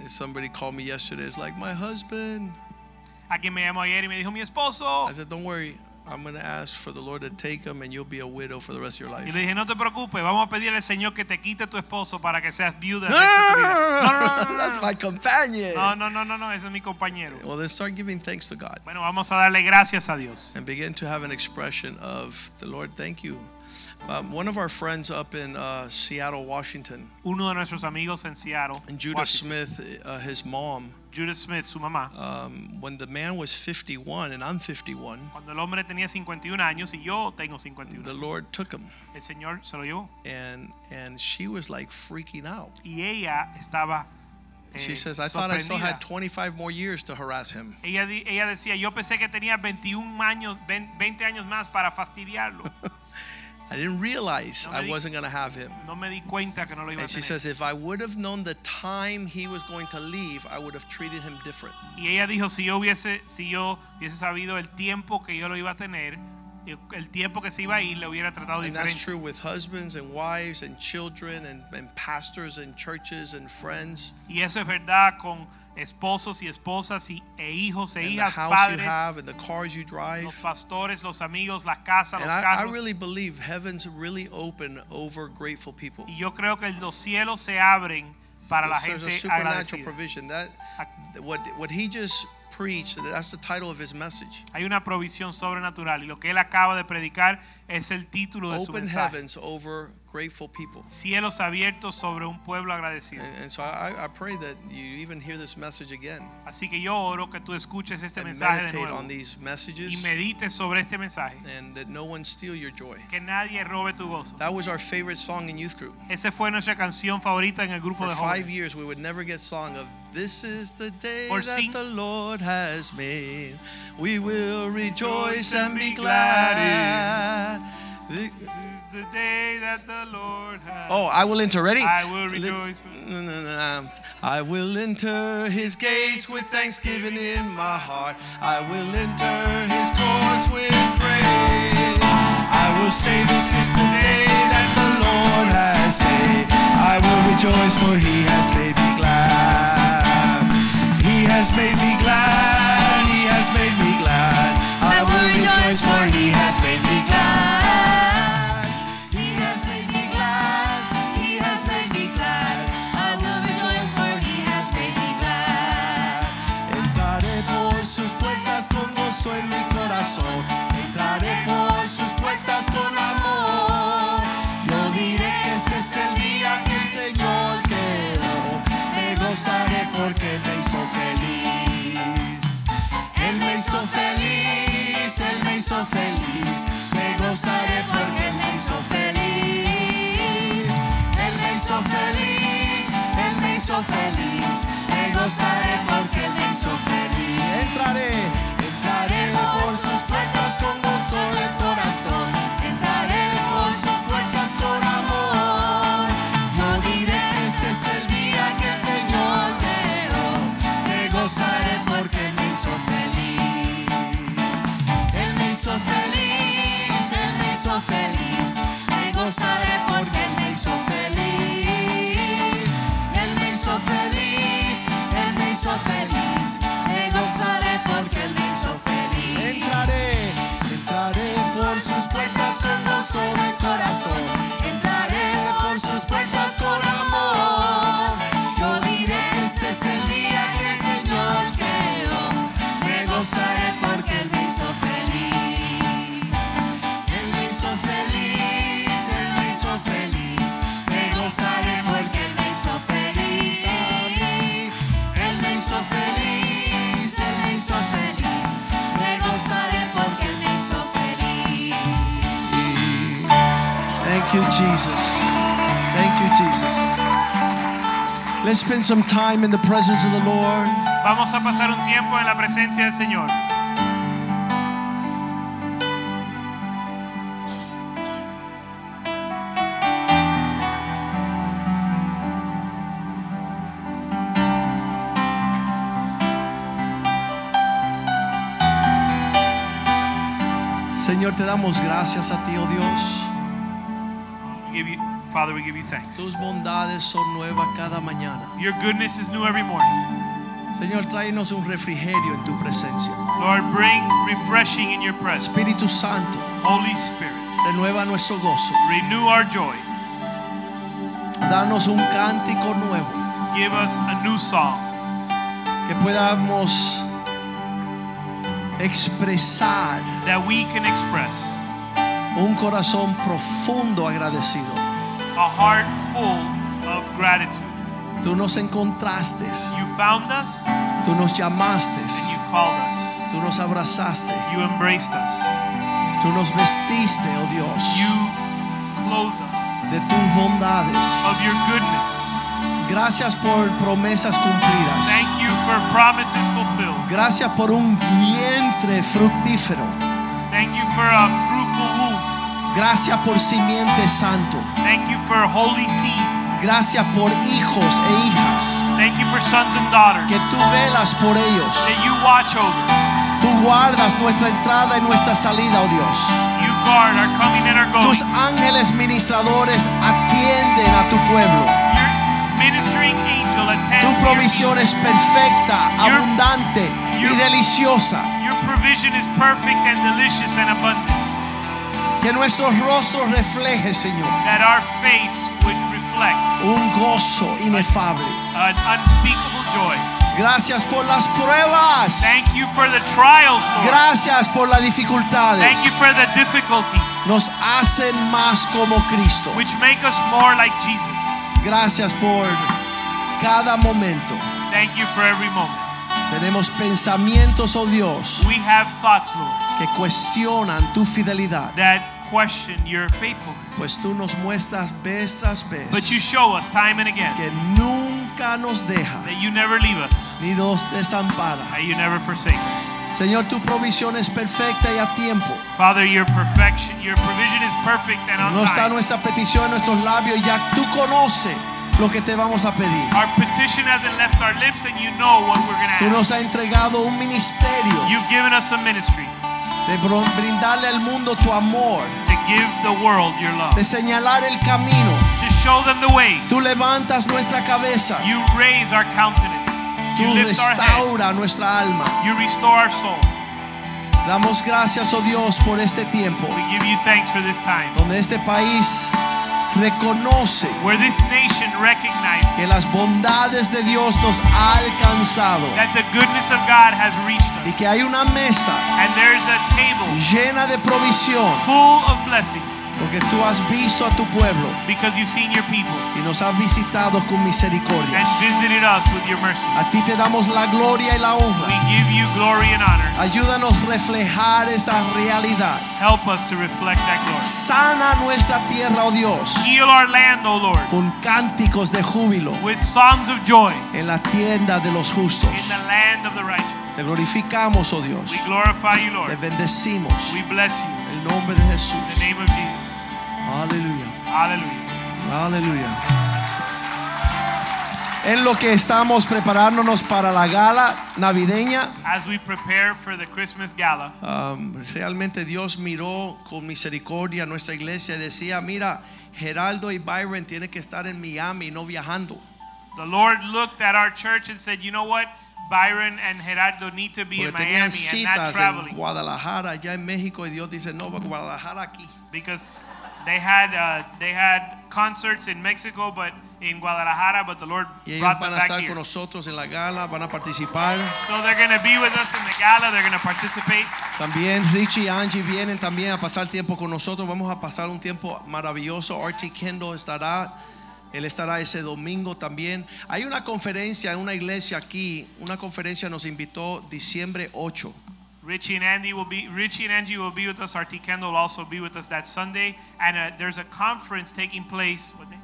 Speaker 3: somebody called me yesterday. It's like my husband.
Speaker 2: A quien me llamó ayer y me dijo mi esposo.
Speaker 3: I said, don't worry. I'm gonna ask for the Lord to take him, and you'll be a widow for the rest of your
Speaker 2: Y
Speaker 3: life.
Speaker 2: le dije, no te preocupes, vamos a pedirle al Señor que te quite tu esposo para que seas viuda. el
Speaker 3: No,
Speaker 2: resto de tu vida.
Speaker 3: no, no, no, no,
Speaker 2: no,
Speaker 3: that's
Speaker 2: no,
Speaker 3: my companion.
Speaker 2: no, no, no, no, no, no, ese es mi compañero.
Speaker 3: Well, then start giving thanks to God
Speaker 2: Bueno, vamos a darle gracias a Dios.
Speaker 3: and begin to have an expression of the Lord. Thank you. Um, one of our friends up in uh, Seattle, Washington.
Speaker 2: Uno de nuestros amigos en Seattle,
Speaker 3: And Judah
Speaker 2: Washington,
Speaker 3: Smith, uh, his mom,
Speaker 2: Judah Smith, su mamá,
Speaker 3: um, when the man was 51, and I'm 51,
Speaker 2: cuando el hombre tenía 51 años y yo tengo 51,
Speaker 3: the Lord took him,
Speaker 2: el Señor se lo llevó.
Speaker 3: and and she was like freaking out.
Speaker 2: Y ella estaba eh,
Speaker 3: She says, "I thought I still
Speaker 2: sorprendida.
Speaker 3: had 25 more years to harass him."
Speaker 2: Ella, di- ella decía, yo pensé que tenía 21 años, 20 20 años más para fastidiarlo.
Speaker 3: I didn't realize
Speaker 2: No me
Speaker 3: I
Speaker 2: di-
Speaker 3: wasn't going to have him.
Speaker 2: No me di cuenta que no lo iba a
Speaker 3: And she
Speaker 2: tener.
Speaker 3: says, "If I would have known the time he was going to leave, I would have treated him different."
Speaker 2: Y ella dijo, si yo hubiese, si yo hubiese sabido el tiempo que yo lo iba a tener, el tiempo que se iba a ir, le hubiera tratado
Speaker 3: And that's
Speaker 2: diferente.
Speaker 3: true with husbands and wives and children and, and pastors and churches and friends
Speaker 2: Y eso es verdad con esposos y esposas y, e hijos e
Speaker 3: and the
Speaker 2: hijas,
Speaker 3: house you
Speaker 2: padres,
Speaker 3: have and the cars you
Speaker 2: los
Speaker 3: drive.
Speaker 2: pastores, los amigos, las casas,
Speaker 3: And
Speaker 2: los
Speaker 3: I, I
Speaker 2: carros.
Speaker 3: really believe heaven's really open over grateful people.
Speaker 2: y yo creo que los cielos se abren para la
Speaker 3: There's
Speaker 2: gente
Speaker 3: a supernatural
Speaker 2: agradecida.
Speaker 3: provision. That what what he just preached. That's the title of his message.
Speaker 2: Hay una provisión sobrenatural y lo que él acaba de predicar es el título de su
Speaker 3: Open
Speaker 2: mensaje.
Speaker 3: heavens over grateful people.
Speaker 2: Cielos abiertos sobre un pueblo agradecido.
Speaker 3: And, and so I, I pray that you even hear this message again
Speaker 2: Así que yo oro que tú escuches este
Speaker 3: and
Speaker 2: mensaje de
Speaker 3: meditate
Speaker 2: nuevo.
Speaker 3: on these
Speaker 2: y
Speaker 3: messages,
Speaker 2: medites sobre este mensaje.
Speaker 3: and that no one steal your joy.
Speaker 2: Que nadie robe tu gozo.
Speaker 3: That was our favorite song in youth group.
Speaker 2: Esa fue nuestra canción favorita en el grupo
Speaker 3: For
Speaker 2: de
Speaker 3: five
Speaker 2: jóvenes.
Speaker 3: years, we would never get song of "This is the day
Speaker 2: Por
Speaker 3: that
Speaker 2: cinco-
Speaker 3: the Lord has made. We will rejoice and be glad." in-"
Speaker 2: This is the day that the Lord has-
Speaker 3: Oh, I will enter. Ready?
Speaker 2: I will
Speaker 3: Li-
Speaker 2: rejoice.
Speaker 3: No, no, no, no. I will enter His gates with thanksgiving in my heart. I will enter His courts with praise. I will say, "This is the day that the Lord has made." I will rejoice, for He has made me glad. He has made me glad. He has made me glad.
Speaker 4: I will rejoice for he has made me glad.
Speaker 3: He has made me glad.
Speaker 4: He has made me glad. I will rejoice for he has made me glad.
Speaker 3: Entraré por sus puertas con gozo en mi corazón. Entraré por
Speaker 4: "Este alegraré porque me hizo feliz. Él me hizo feliz, Él me hizo feliz. Me gozaré porque me hizo feliz. Él me hizo feliz, Él me hizo feliz. Me gozaré porque me hizo feliz.
Speaker 3: Entraré,
Speaker 4: Entraré por sus puertas con gozo de corazón. Entraré por sus puertas con amor. Yo diré, este es el día que el Señor creó. Me gozaré porque me hizo feliz. Él me hizo feliz, Él me hizo feliz. Me gozaré porque me hizo feliz. Él me hizo feliz, Él me hizo feliz. Me gozaré porque Él me hizo feliz.
Speaker 3: entraré,
Speaker 4: Entraré por sus puertas con gozo de corazón. Entraré por sus puertas con amor. Yo diré, este es el día que el Señor creó. Me gozaré porque Él me hizo feliz. Él me hizo feliz, Él me hizo feliz. Me gozaré porque Él me hizo feliz. Él me hizo feliz, Él me hizo feliz. Me gozaré porque Él me hizo feliz.
Speaker 3: Thank you, Jesus. Thank you, Jesus. Let's spend some time in the presence of the Lord.
Speaker 2: Vamos a pasar un tiempo en la presencia del Señor.
Speaker 3: Señor, te damos gracias a ti, oh Dios.
Speaker 2: We give you, Father, we give you thanks.
Speaker 3: Tus bondades son nuevas cada mañana.
Speaker 2: Your goodness is new every morning.
Speaker 3: Señor, tráenos un refrigerio en tu presencia.
Speaker 2: Lord, bring refreshing in your presence.
Speaker 3: Espíritu Santo,
Speaker 2: Holy Spirit,
Speaker 3: renueva nuestro gozo.
Speaker 2: renew our joy.
Speaker 3: Danos un cántico nuevo
Speaker 2: Give us a new song
Speaker 3: que podamos expresar
Speaker 2: that we can express
Speaker 3: un corazón profundo agradecido.
Speaker 2: a heart full of gratitude.
Speaker 3: Tú nos encontraste,
Speaker 2: You found us,
Speaker 3: tú nos llamaste,
Speaker 2: you called us,
Speaker 3: tú nos abrazaste,
Speaker 2: you embraced us,
Speaker 3: tú nos vestiste, oh Dios,
Speaker 2: you clothed us
Speaker 3: de tus bondades.
Speaker 2: of your goodness.
Speaker 3: Gracias por promesas cumplidas.
Speaker 2: Thank you for promises fulfilled.
Speaker 3: Gracias por un vientre fructífero.
Speaker 2: Thank you for a fruitful womb.
Speaker 3: Gracias por simiente santo.
Speaker 2: Thank you for holy seed.
Speaker 3: Gracias por hijos e hijas.
Speaker 2: Thank you for sons and daughters
Speaker 3: Que tú velas por ellos.
Speaker 2: that you watch over.
Speaker 3: Tú guardas nuestra entrada y nuestra salida, oh Dios.
Speaker 2: You guard our coming and our going.
Speaker 3: Tus ángeles ministradores atienden a tu pueblo.
Speaker 2: Your ministering angel
Speaker 3: Tu
Speaker 2: attends. to your
Speaker 3: provisión es perfecta, abundante y deliciosa.
Speaker 2: Your provision is perfect and delicious and abundant.
Speaker 3: Que nuestros rostros refleje, Señor,
Speaker 2: That our face would reflect
Speaker 3: un gozo inefable.
Speaker 2: an unspeakable joy.
Speaker 3: Gracias por las pruebas.
Speaker 2: Thank you for the trials, Lord.
Speaker 3: Gracias por las dificultades.
Speaker 2: Thank you for the difficulty,
Speaker 3: Nos hacen más como Cristo.
Speaker 2: which make us more like Jesus.
Speaker 3: Gracias por cada momento.
Speaker 2: Thank you for every moment.
Speaker 3: Tenemos pensamientos, oh Dios,
Speaker 2: We have thoughts, Lord,
Speaker 3: que cuestionan tu fidelidad.
Speaker 2: that question your faithfulness.
Speaker 3: Pues tú nos muestras vez tras vez
Speaker 2: But you show us time and again
Speaker 3: que nunca nos deja
Speaker 2: that you never leave us,
Speaker 3: ni nos desampara.
Speaker 2: that you never forsake us.
Speaker 3: Señor, tu provisión es perfecta y a tiempo.
Speaker 2: Father, your perfection, your provision is perfect and on
Speaker 3: No está
Speaker 2: time.
Speaker 3: nuestra petición en nuestros labios, ya tú conoces lo que te vamos a pedir.
Speaker 2: Our petition hasn't left our lips, and you know what we're going to
Speaker 3: Tú
Speaker 2: ask.
Speaker 3: nos has entregado un ministerio
Speaker 2: You've given us a ministry
Speaker 3: de bro- brindarle al mundo tu amor,
Speaker 2: to give the world your love,
Speaker 3: de señalar el camino.
Speaker 2: to show them the way.
Speaker 3: Tú levantas nuestra cabeza,
Speaker 2: You raise our countenance, you
Speaker 3: tú
Speaker 2: lift our head,
Speaker 3: restaura nuestra alma.
Speaker 2: you restore our soul.
Speaker 3: Damos gracias, oh Dios, por este tiempo
Speaker 2: We give you thanks for this time,
Speaker 3: donde este país reconoce
Speaker 2: where this nation recognizes
Speaker 3: que las bondades de Dios nos ha alcanzado
Speaker 2: that the goodness of God has reached
Speaker 3: y
Speaker 2: us,
Speaker 3: que hay una mesa
Speaker 2: and there's a table
Speaker 3: llena de provisión
Speaker 2: full of blessing
Speaker 3: Porque tú has visto a tu pueblo
Speaker 2: because you've seen your people
Speaker 3: y nos has visitado con misericordia.
Speaker 2: and visited us with your mercy.
Speaker 3: A ti te damos la gloria y la
Speaker 2: We
Speaker 3: honra.
Speaker 2: give you glory and honor.
Speaker 3: Ayúdanos a reflejar esa realidad.
Speaker 2: Help us to reflect that glory.
Speaker 3: Sana nuestra tierra, oh Dios,
Speaker 2: Heal our land, O Lord,
Speaker 3: con cánticos de júbilo
Speaker 2: with songs of joy
Speaker 3: en la tienda de los justos.
Speaker 2: in the land of the righteous.
Speaker 3: Te glorificamos, oh Dios.
Speaker 2: We glorify you,
Speaker 3: Te
Speaker 2: Lord.
Speaker 3: bendecimos.
Speaker 2: We bless you.
Speaker 3: En el nombre de
Speaker 2: In
Speaker 3: Jesús.
Speaker 2: the name of Jesus.
Speaker 3: Aleluya.
Speaker 2: Hallelujah.
Speaker 3: Aleluya. En lo que estamos preparándonos para la gala navideña,
Speaker 2: As we prepare for the Christmas gala,
Speaker 3: um, realmente Dios miró con misericordia a nuestra iglesia y decía, mira, Geraldo y Byron tienen que estar en Miami, no viajando.
Speaker 2: the Lord looked at our church and said, You know what? Byron and Gerardo need to be
Speaker 3: Porque
Speaker 2: in Miami
Speaker 3: tenían
Speaker 2: and not
Speaker 3: citas en
Speaker 2: traveling
Speaker 3: Guadalajara, allá en México, y Dios dice, no, Guadalajara aquí.
Speaker 2: because they had uh, they had concerts in Mexico, but in Guadalajara, but the Lord
Speaker 3: Y ellos
Speaker 2: brought them
Speaker 3: van a
Speaker 2: back
Speaker 3: estar
Speaker 2: here.
Speaker 3: con nosotros en la gala, van a participar.
Speaker 2: So they're going to be with us in the gala. They're going to participate.
Speaker 3: También Richie y Angie vienen también a pasar tiempo con nosotros. Vamos a pasar un tiempo maravilloso. Archie Kendall estará, él estará ese domingo también. Hay una conferencia en una iglesia aquí, una conferencia nos invitó diciembre 8.
Speaker 2: Richie and Andy will be Richie and Angie will be with us. Artie Kendall will also be with us that Sunday. And uh, there's a conference taking place what day?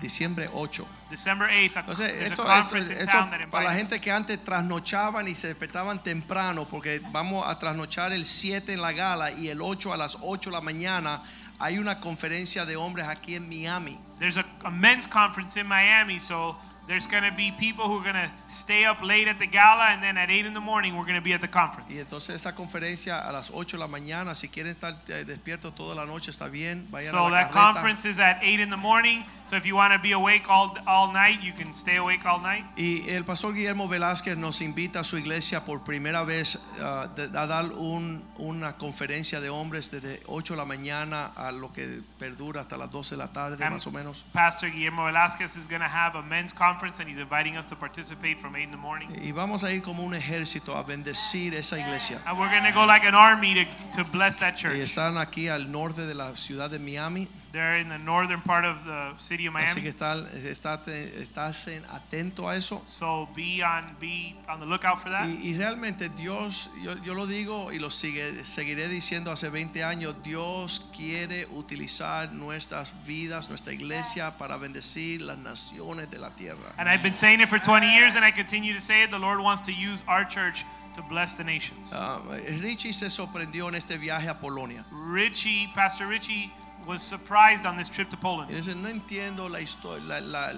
Speaker 3: Diciembre 8.
Speaker 2: December 8th. A,
Speaker 3: Entonces,
Speaker 2: there's
Speaker 3: esto,
Speaker 2: a
Speaker 3: esto-
Speaker 2: conference in
Speaker 3: esto
Speaker 2: town that
Speaker 3: para la
Speaker 2: invites
Speaker 3: gente que antes trasnochaban y se despertaban temprano, porque vamos a trasnochar el 7 en la gala y el 8 a las 8 de la mañana, hay una conferencia de hombres aquí en Miami.
Speaker 2: There's a, a men's conference in Miami, so there's going to be people who are going to stay up late at the gala, and then at 8 in the morning, we're going to be at the
Speaker 3: Y
Speaker 2: conference.
Speaker 3: entonces esa conferencia a las 8 de la mañana, si quieren estar eh, despiertos toda la noche, está bien, vayan
Speaker 2: So
Speaker 3: a la
Speaker 2: that
Speaker 3: carreta.
Speaker 2: conference is at 8 in the morning, so if you want to be awake all, all night, you can stay awake all night.
Speaker 3: Y el pastor Guillermo Velázquez nos invita a su iglesia por primera vez ah, de- a dar un- una conferencia de hombres desde 8 de la mañana a lo que perdura hasta las 12 de la tarde,
Speaker 2: Am-
Speaker 3: más o menos.
Speaker 2: Pastor Guillermo Velasquez is going to have a men's conference, and he's inviting us to participate from 8 in the morning.
Speaker 3: Y vamos a ir como un ejército a bendecir esa iglesia.
Speaker 2: And we're going to go like an army to, to bless that
Speaker 3: Y
Speaker 2: church.
Speaker 3: están aquí al norte de la ciudad de Miami,
Speaker 2: They're in the northern part of the city of
Speaker 3: así que
Speaker 2: Miami,
Speaker 3: están, estate- estasen atento a eso.
Speaker 2: so be on, be on the lookout for that.
Speaker 3: Y, y realmente Dios, yo, yo lo digo y lo sigue- seguiré diciendo hace 20 años, Dios quiere utilizar nuestras vidas, nuestra iglesia para bendecir las naciones de la tierra.
Speaker 2: And I've been saying it for 20 years, and I continue to say it. The Lord wants to use our church to bless the nations.
Speaker 3: Ah, Richie se sorprendió en este viaje a Polonia.
Speaker 2: Richie, Pastor Richie, was surprised on this trip to
Speaker 3: Y
Speaker 2: Poland.
Speaker 3: dice, no entiendo la historia, la- la-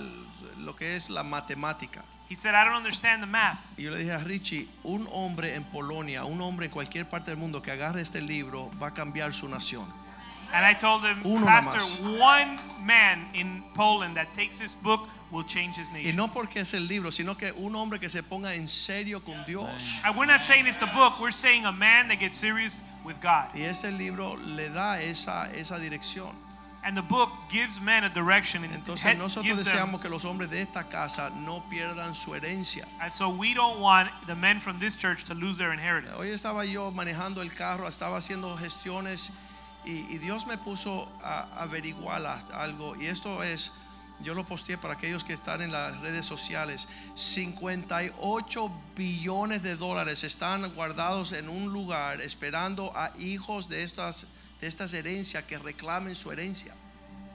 Speaker 3: lo que es la matemática.
Speaker 2: He said, I don't understand the math.
Speaker 3: Y yo le dije a Richie, un hombre en Polonia, un hombre en cualquier parte del mundo que agarre este libro va a cambiar su nación.
Speaker 2: And I told him,
Speaker 3: Uno
Speaker 2: Pastor,
Speaker 3: nomás.
Speaker 2: one man in Poland that takes this book will change his
Speaker 3: Y
Speaker 2: nation.
Speaker 3: no porque es el libro, sino que un hombre que se ponga en serio con Dios.
Speaker 2: And we're not saying it's the book, we're saying a man that gets serious with God.
Speaker 3: Y ese libro le da esa, esa dirección.
Speaker 2: And the book gives men a direction and
Speaker 3: Entonces
Speaker 2: head-
Speaker 3: nosotros
Speaker 2: gives them.
Speaker 3: deseamos que los hombres de esta casa no pierdan su herencia.
Speaker 2: And so we don't want the men from this church to lose their inheritance.
Speaker 3: Hoy estaba yo manejando el carro, estaba haciendo gestiones y, y Dios me puso a averiguar a- algo. Y esto es, yo lo posteé para aquellos que están en las redes sociales, 58 billones de dólares están guardados en un lugar esperando a hijos de estas, de estas herencias que reclamen su herencia.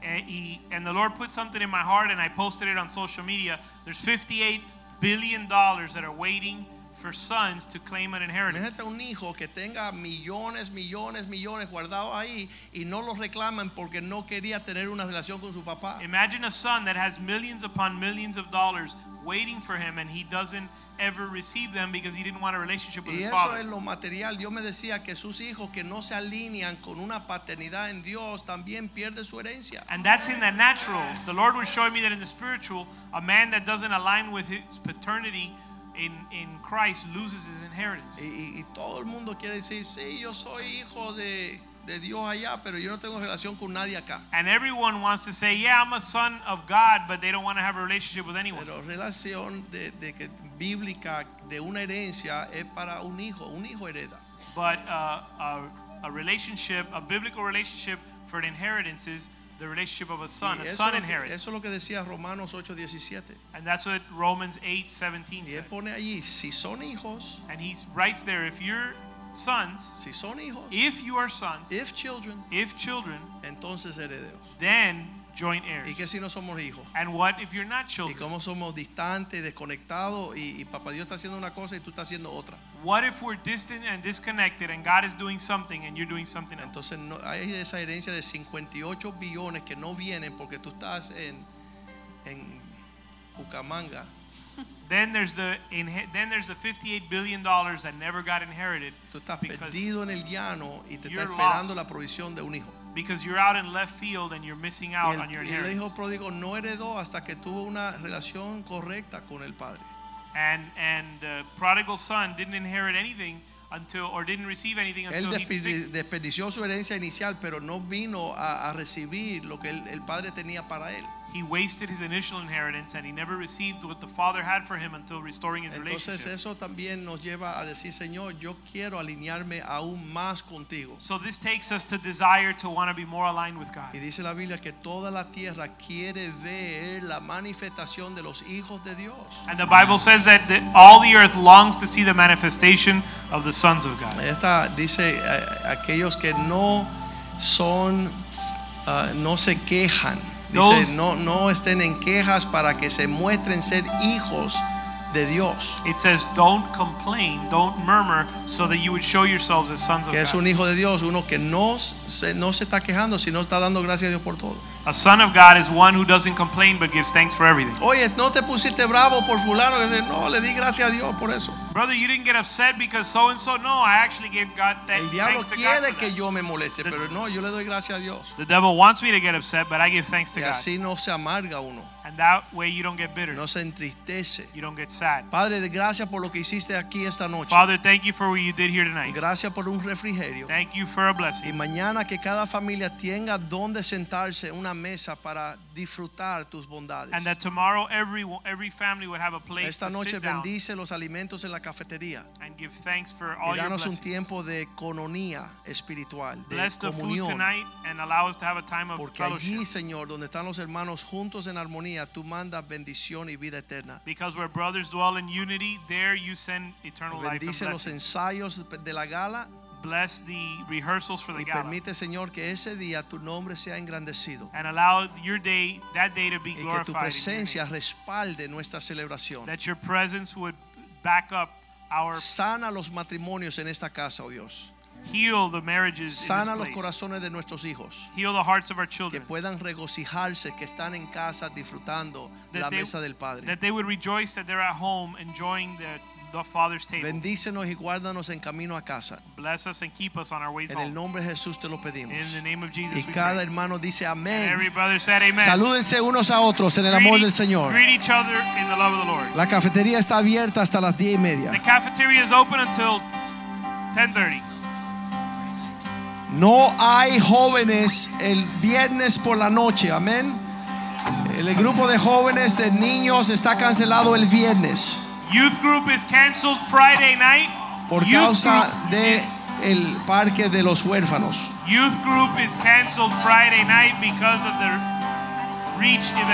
Speaker 2: and, he, Eh, and the Lord put something in my heart, and I posted it on social media. There's 58 billion dollars that are waiting for sons to claim an inheritance.
Speaker 3: Imagínate un hijo que tenga millones, millones, millones guardados ahí y no los reclaman porque no quería tener una relación con su papá.
Speaker 2: Imagine a son that has millions upon millions of dollars waiting for him, and he doesn't ever receive them because he didn't want a relationship with
Speaker 3: Y
Speaker 2: his
Speaker 3: eso es
Speaker 2: father.
Speaker 3: lo material. Dios me decía que sus hijos que no se alinean con una paternidad en Dios también pierden su herencia.
Speaker 2: And that's in the natural. The Lord was showing me that in the spiritual, a man that doesn't align with his paternity in, in Christ loses his inheritance.
Speaker 3: Y, y- y todo el mundo quiere decir, sí, yo soy hijo de, de Dios allá, pero yo no tengo relación con nadie acá.
Speaker 2: And everyone wants to say, Yeah, I'm a son of God, but they don't want to have a relationship with anyone.
Speaker 3: Pero relación de, de que, bíblica de una herencia es para un hijo, un hijo hereda.
Speaker 2: But uh, a, a relationship, a biblical relationship for an inheritance is the relationship of a
Speaker 3: Y
Speaker 2: son. A
Speaker 3: eso
Speaker 2: son
Speaker 3: es lo que-
Speaker 2: inherits.
Speaker 3: Eso es lo que decía Romanos 8:17.
Speaker 2: And that's what Romans 8 17
Speaker 3: Y él
Speaker 2: says.
Speaker 3: pone allí, si son hijos,
Speaker 2: And he writes there, if you're sons,
Speaker 3: si son hijos,
Speaker 2: if you are sons,
Speaker 3: if children,
Speaker 2: if children,
Speaker 3: entonces herederos.
Speaker 2: then joint
Speaker 3: ¿Y
Speaker 2: heirs.
Speaker 3: qué si no somos hijos?
Speaker 2: And what if you're not
Speaker 3: ¿Y
Speaker 2: children?
Speaker 3: cómo somos distantes, desconectados y, y papá Dios está haciendo una cosa y tú estás haciendo otra?
Speaker 2: What if we're distant and disconnected and God is doing something and you're doing something else?
Speaker 3: Entonces no, hay esa herencia de 58 billones que no vienen porque tú estás en, en Cucamanga
Speaker 2: Then there's the inhe- then there's the 58 billion dollars that never got inherited
Speaker 3: Tú estás
Speaker 2: Because-
Speaker 3: perdido en el llano y te está
Speaker 2: You're
Speaker 3: esperando
Speaker 2: lost.
Speaker 3: la provisión de un hijo.
Speaker 2: because you're out in left field and you're missing
Speaker 3: Y
Speaker 2: out on your
Speaker 3: el, y el hijo
Speaker 2: inheritance.
Speaker 3: pródigo no heredó hasta que tuvo una relación correcta con el padre.
Speaker 2: And and the prodigal son didn't inherit anything until or didn't receive anything
Speaker 3: Él
Speaker 2: until he
Speaker 3: desperdi-
Speaker 2: fixed
Speaker 3: desperdició su herencia inicial, pero no vino a, a recibir lo que el, el padre tenía para él.
Speaker 2: He wasted his initial inheritance and he never received what the father had for him until restoring his
Speaker 3: Entonces
Speaker 2: relationship.
Speaker 3: eso también nos lleva a decir, Señor, yo quiero alinearme aún más contigo.
Speaker 2: So this takes us to desire to want to be more aligned with God.
Speaker 3: Y dice la Biblia que toda la tierra quiere ver la manifestación de los hijos de Dios.
Speaker 2: And the Bible says that the, all the earth longs to see the manifestation of the sons of God.
Speaker 3: Esta dice eh, aquellos que no son, ah, no se quejan.
Speaker 2: Those-
Speaker 3: Dice, no, no estén en quejas para que se muestren ser hijos de Dios.
Speaker 2: It says, "Don't complain, don't murmur, so that you would show yourselves as sons of
Speaker 3: Que es
Speaker 2: God."
Speaker 3: un hijo de Dios, uno que no se, no se está quejando, sino está dando gracias a Dios por todo.
Speaker 2: A son of God is one who doesn't complain but gives thanks for everything.
Speaker 3: Oye, no te pusiste bravo por fulano, que dice, no, le di gracias a Dios por eso.
Speaker 2: Brother, you didn't get upset because so and so. No, I actually gave God thank,
Speaker 3: El diablo
Speaker 2: thanks to God.
Speaker 3: quiere
Speaker 2: for
Speaker 3: que
Speaker 2: that.
Speaker 3: yo me moleste, pero no, yo le doy gracias a Dios.
Speaker 2: The devil wants me to get upset, but I give thanks to
Speaker 3: Y
Speaker 2: God,
Speaker 3: así no se amarga uno,
Speaker 2: and that way you don't get bitter,
Speaker 3: no se entristece.
Speaker 2: you don't get sad.
Speaker 3: Padre, de gracias por lo que hiciste aquí esta noche.
Speaker 2: Father, thank you for what you did here tonight.
Speaker 3: Gracias por un refrigerio.
Speaker 2: Thank you for a
Speaker 3: Y
Speaker 2: blessing.
Speaker 3: mañana que cada familia tenga donde sentarse una mesa para disfrutar tus bondades.
Speaker 2: And that tomorrow every every family would have a place
Speaker 3: Esta
Speaker 2: to
Speaker 3: noche
Speaker 2: sit down
Speaker 3: bendice los alimentos en la cafetería.
Speaker 2: and give thanks for all
Speaker 3: Y
Speaker 2: your
Speaker 3: danos un
Speaker 2: blessings.
Speaker 3: tiempo de economía espiritual, de
Speaker 2: Bless the food
Speaker 3: comunión.
Speaker 2: tonight and allow us to have a time of
Speaker 3: Porque
Speaker 2: fellowship.
Speaker 3: allí, Señor, donde están los hermanos juntos en armonía, tú mandas bendición y vida eterna.
Speaker 2: Because where brothers dwell in unity, there you send eternal life and
Speaker 3: Bendice los
Speaker 2: blessing.
Speaker 3: ensayos de la gala
Speaker 2: Bless the rehearsals for the
Speaker 3: y
Speaker 2: gala.
Speaker 3: permite, Señor, que ese día tu nombre sea engrandecido.
Speaker 2: And allow your day, that day to be
Speaker 3: y que tu
Speaker 2: glorified. in your
Speaker 3: presencia
Speaker 2: name.
Speaker 3: respalde nuestra celebración.
Speaker 2: That your presence would back up our,
Speaker 3: Sana los matrimonios en esta casa, oh Dios.
Speaker 2: heal the marriages
Speaker 3: Sana
Speaker 2: in
Speaker 3: los
Speaker 2: this place.
Speaker 3: corazones de nuestros hijos.
Speaker 2: Heal the hearts of our
Speaker 3: Que
Speaker 2: children.
Speaker 3: puedan regocijarse, que están en casa disfrutando
Speaker 2: That
Speaker 3: la
Speaker 2: they-
Speaker 3: mesa del Padre.
Speaker 2: That they would rejoice that they're at home enjoying the, the Father's table.
Speaker 3: Bendícenos y guárdanos en camino a casa.
Speaker 2: Bless us and keep us on our ways
Speaker 3: En el
Speaker 2: home.
Speaker 3: nombre de Jesús te lo pedimos.
Speaker 2: In the name of Jesus
Speaker 3: Y
Speaker 2: we
Speaker 3: cada
Speaker 2: pray.
Speaker 3: hermano dice
Speaker 2: Every
Speaker 3: amén.
Speaker 2: brother said amen.
Speaker 3: Salúdense unos a otros en el amor
Speaker 2: Greet-
Speaker 3: del Señor.
Speaker 2: Greet each other in the love of the Lord.
Speaker 3: La cafetería está abierta hasta las diez
Speaker 2: The
Speaker 3: y media.
Speaker 2: cafeteria is open until 10:30.
Speaker 3: No hay jóvenes el viernes por la noche, amén. El grupo de jóvenes de niños está cancelado el viernes
Speaker 2: Youth group is canceled Friday night.
Speaker 3: por
Speaker 2: youth
Speaker 3: causa
Speaker 2: group,
Speaker 3: de el parque de los huérfanos.
Speaker 2: youth group is canceled Friday night because of the reach event.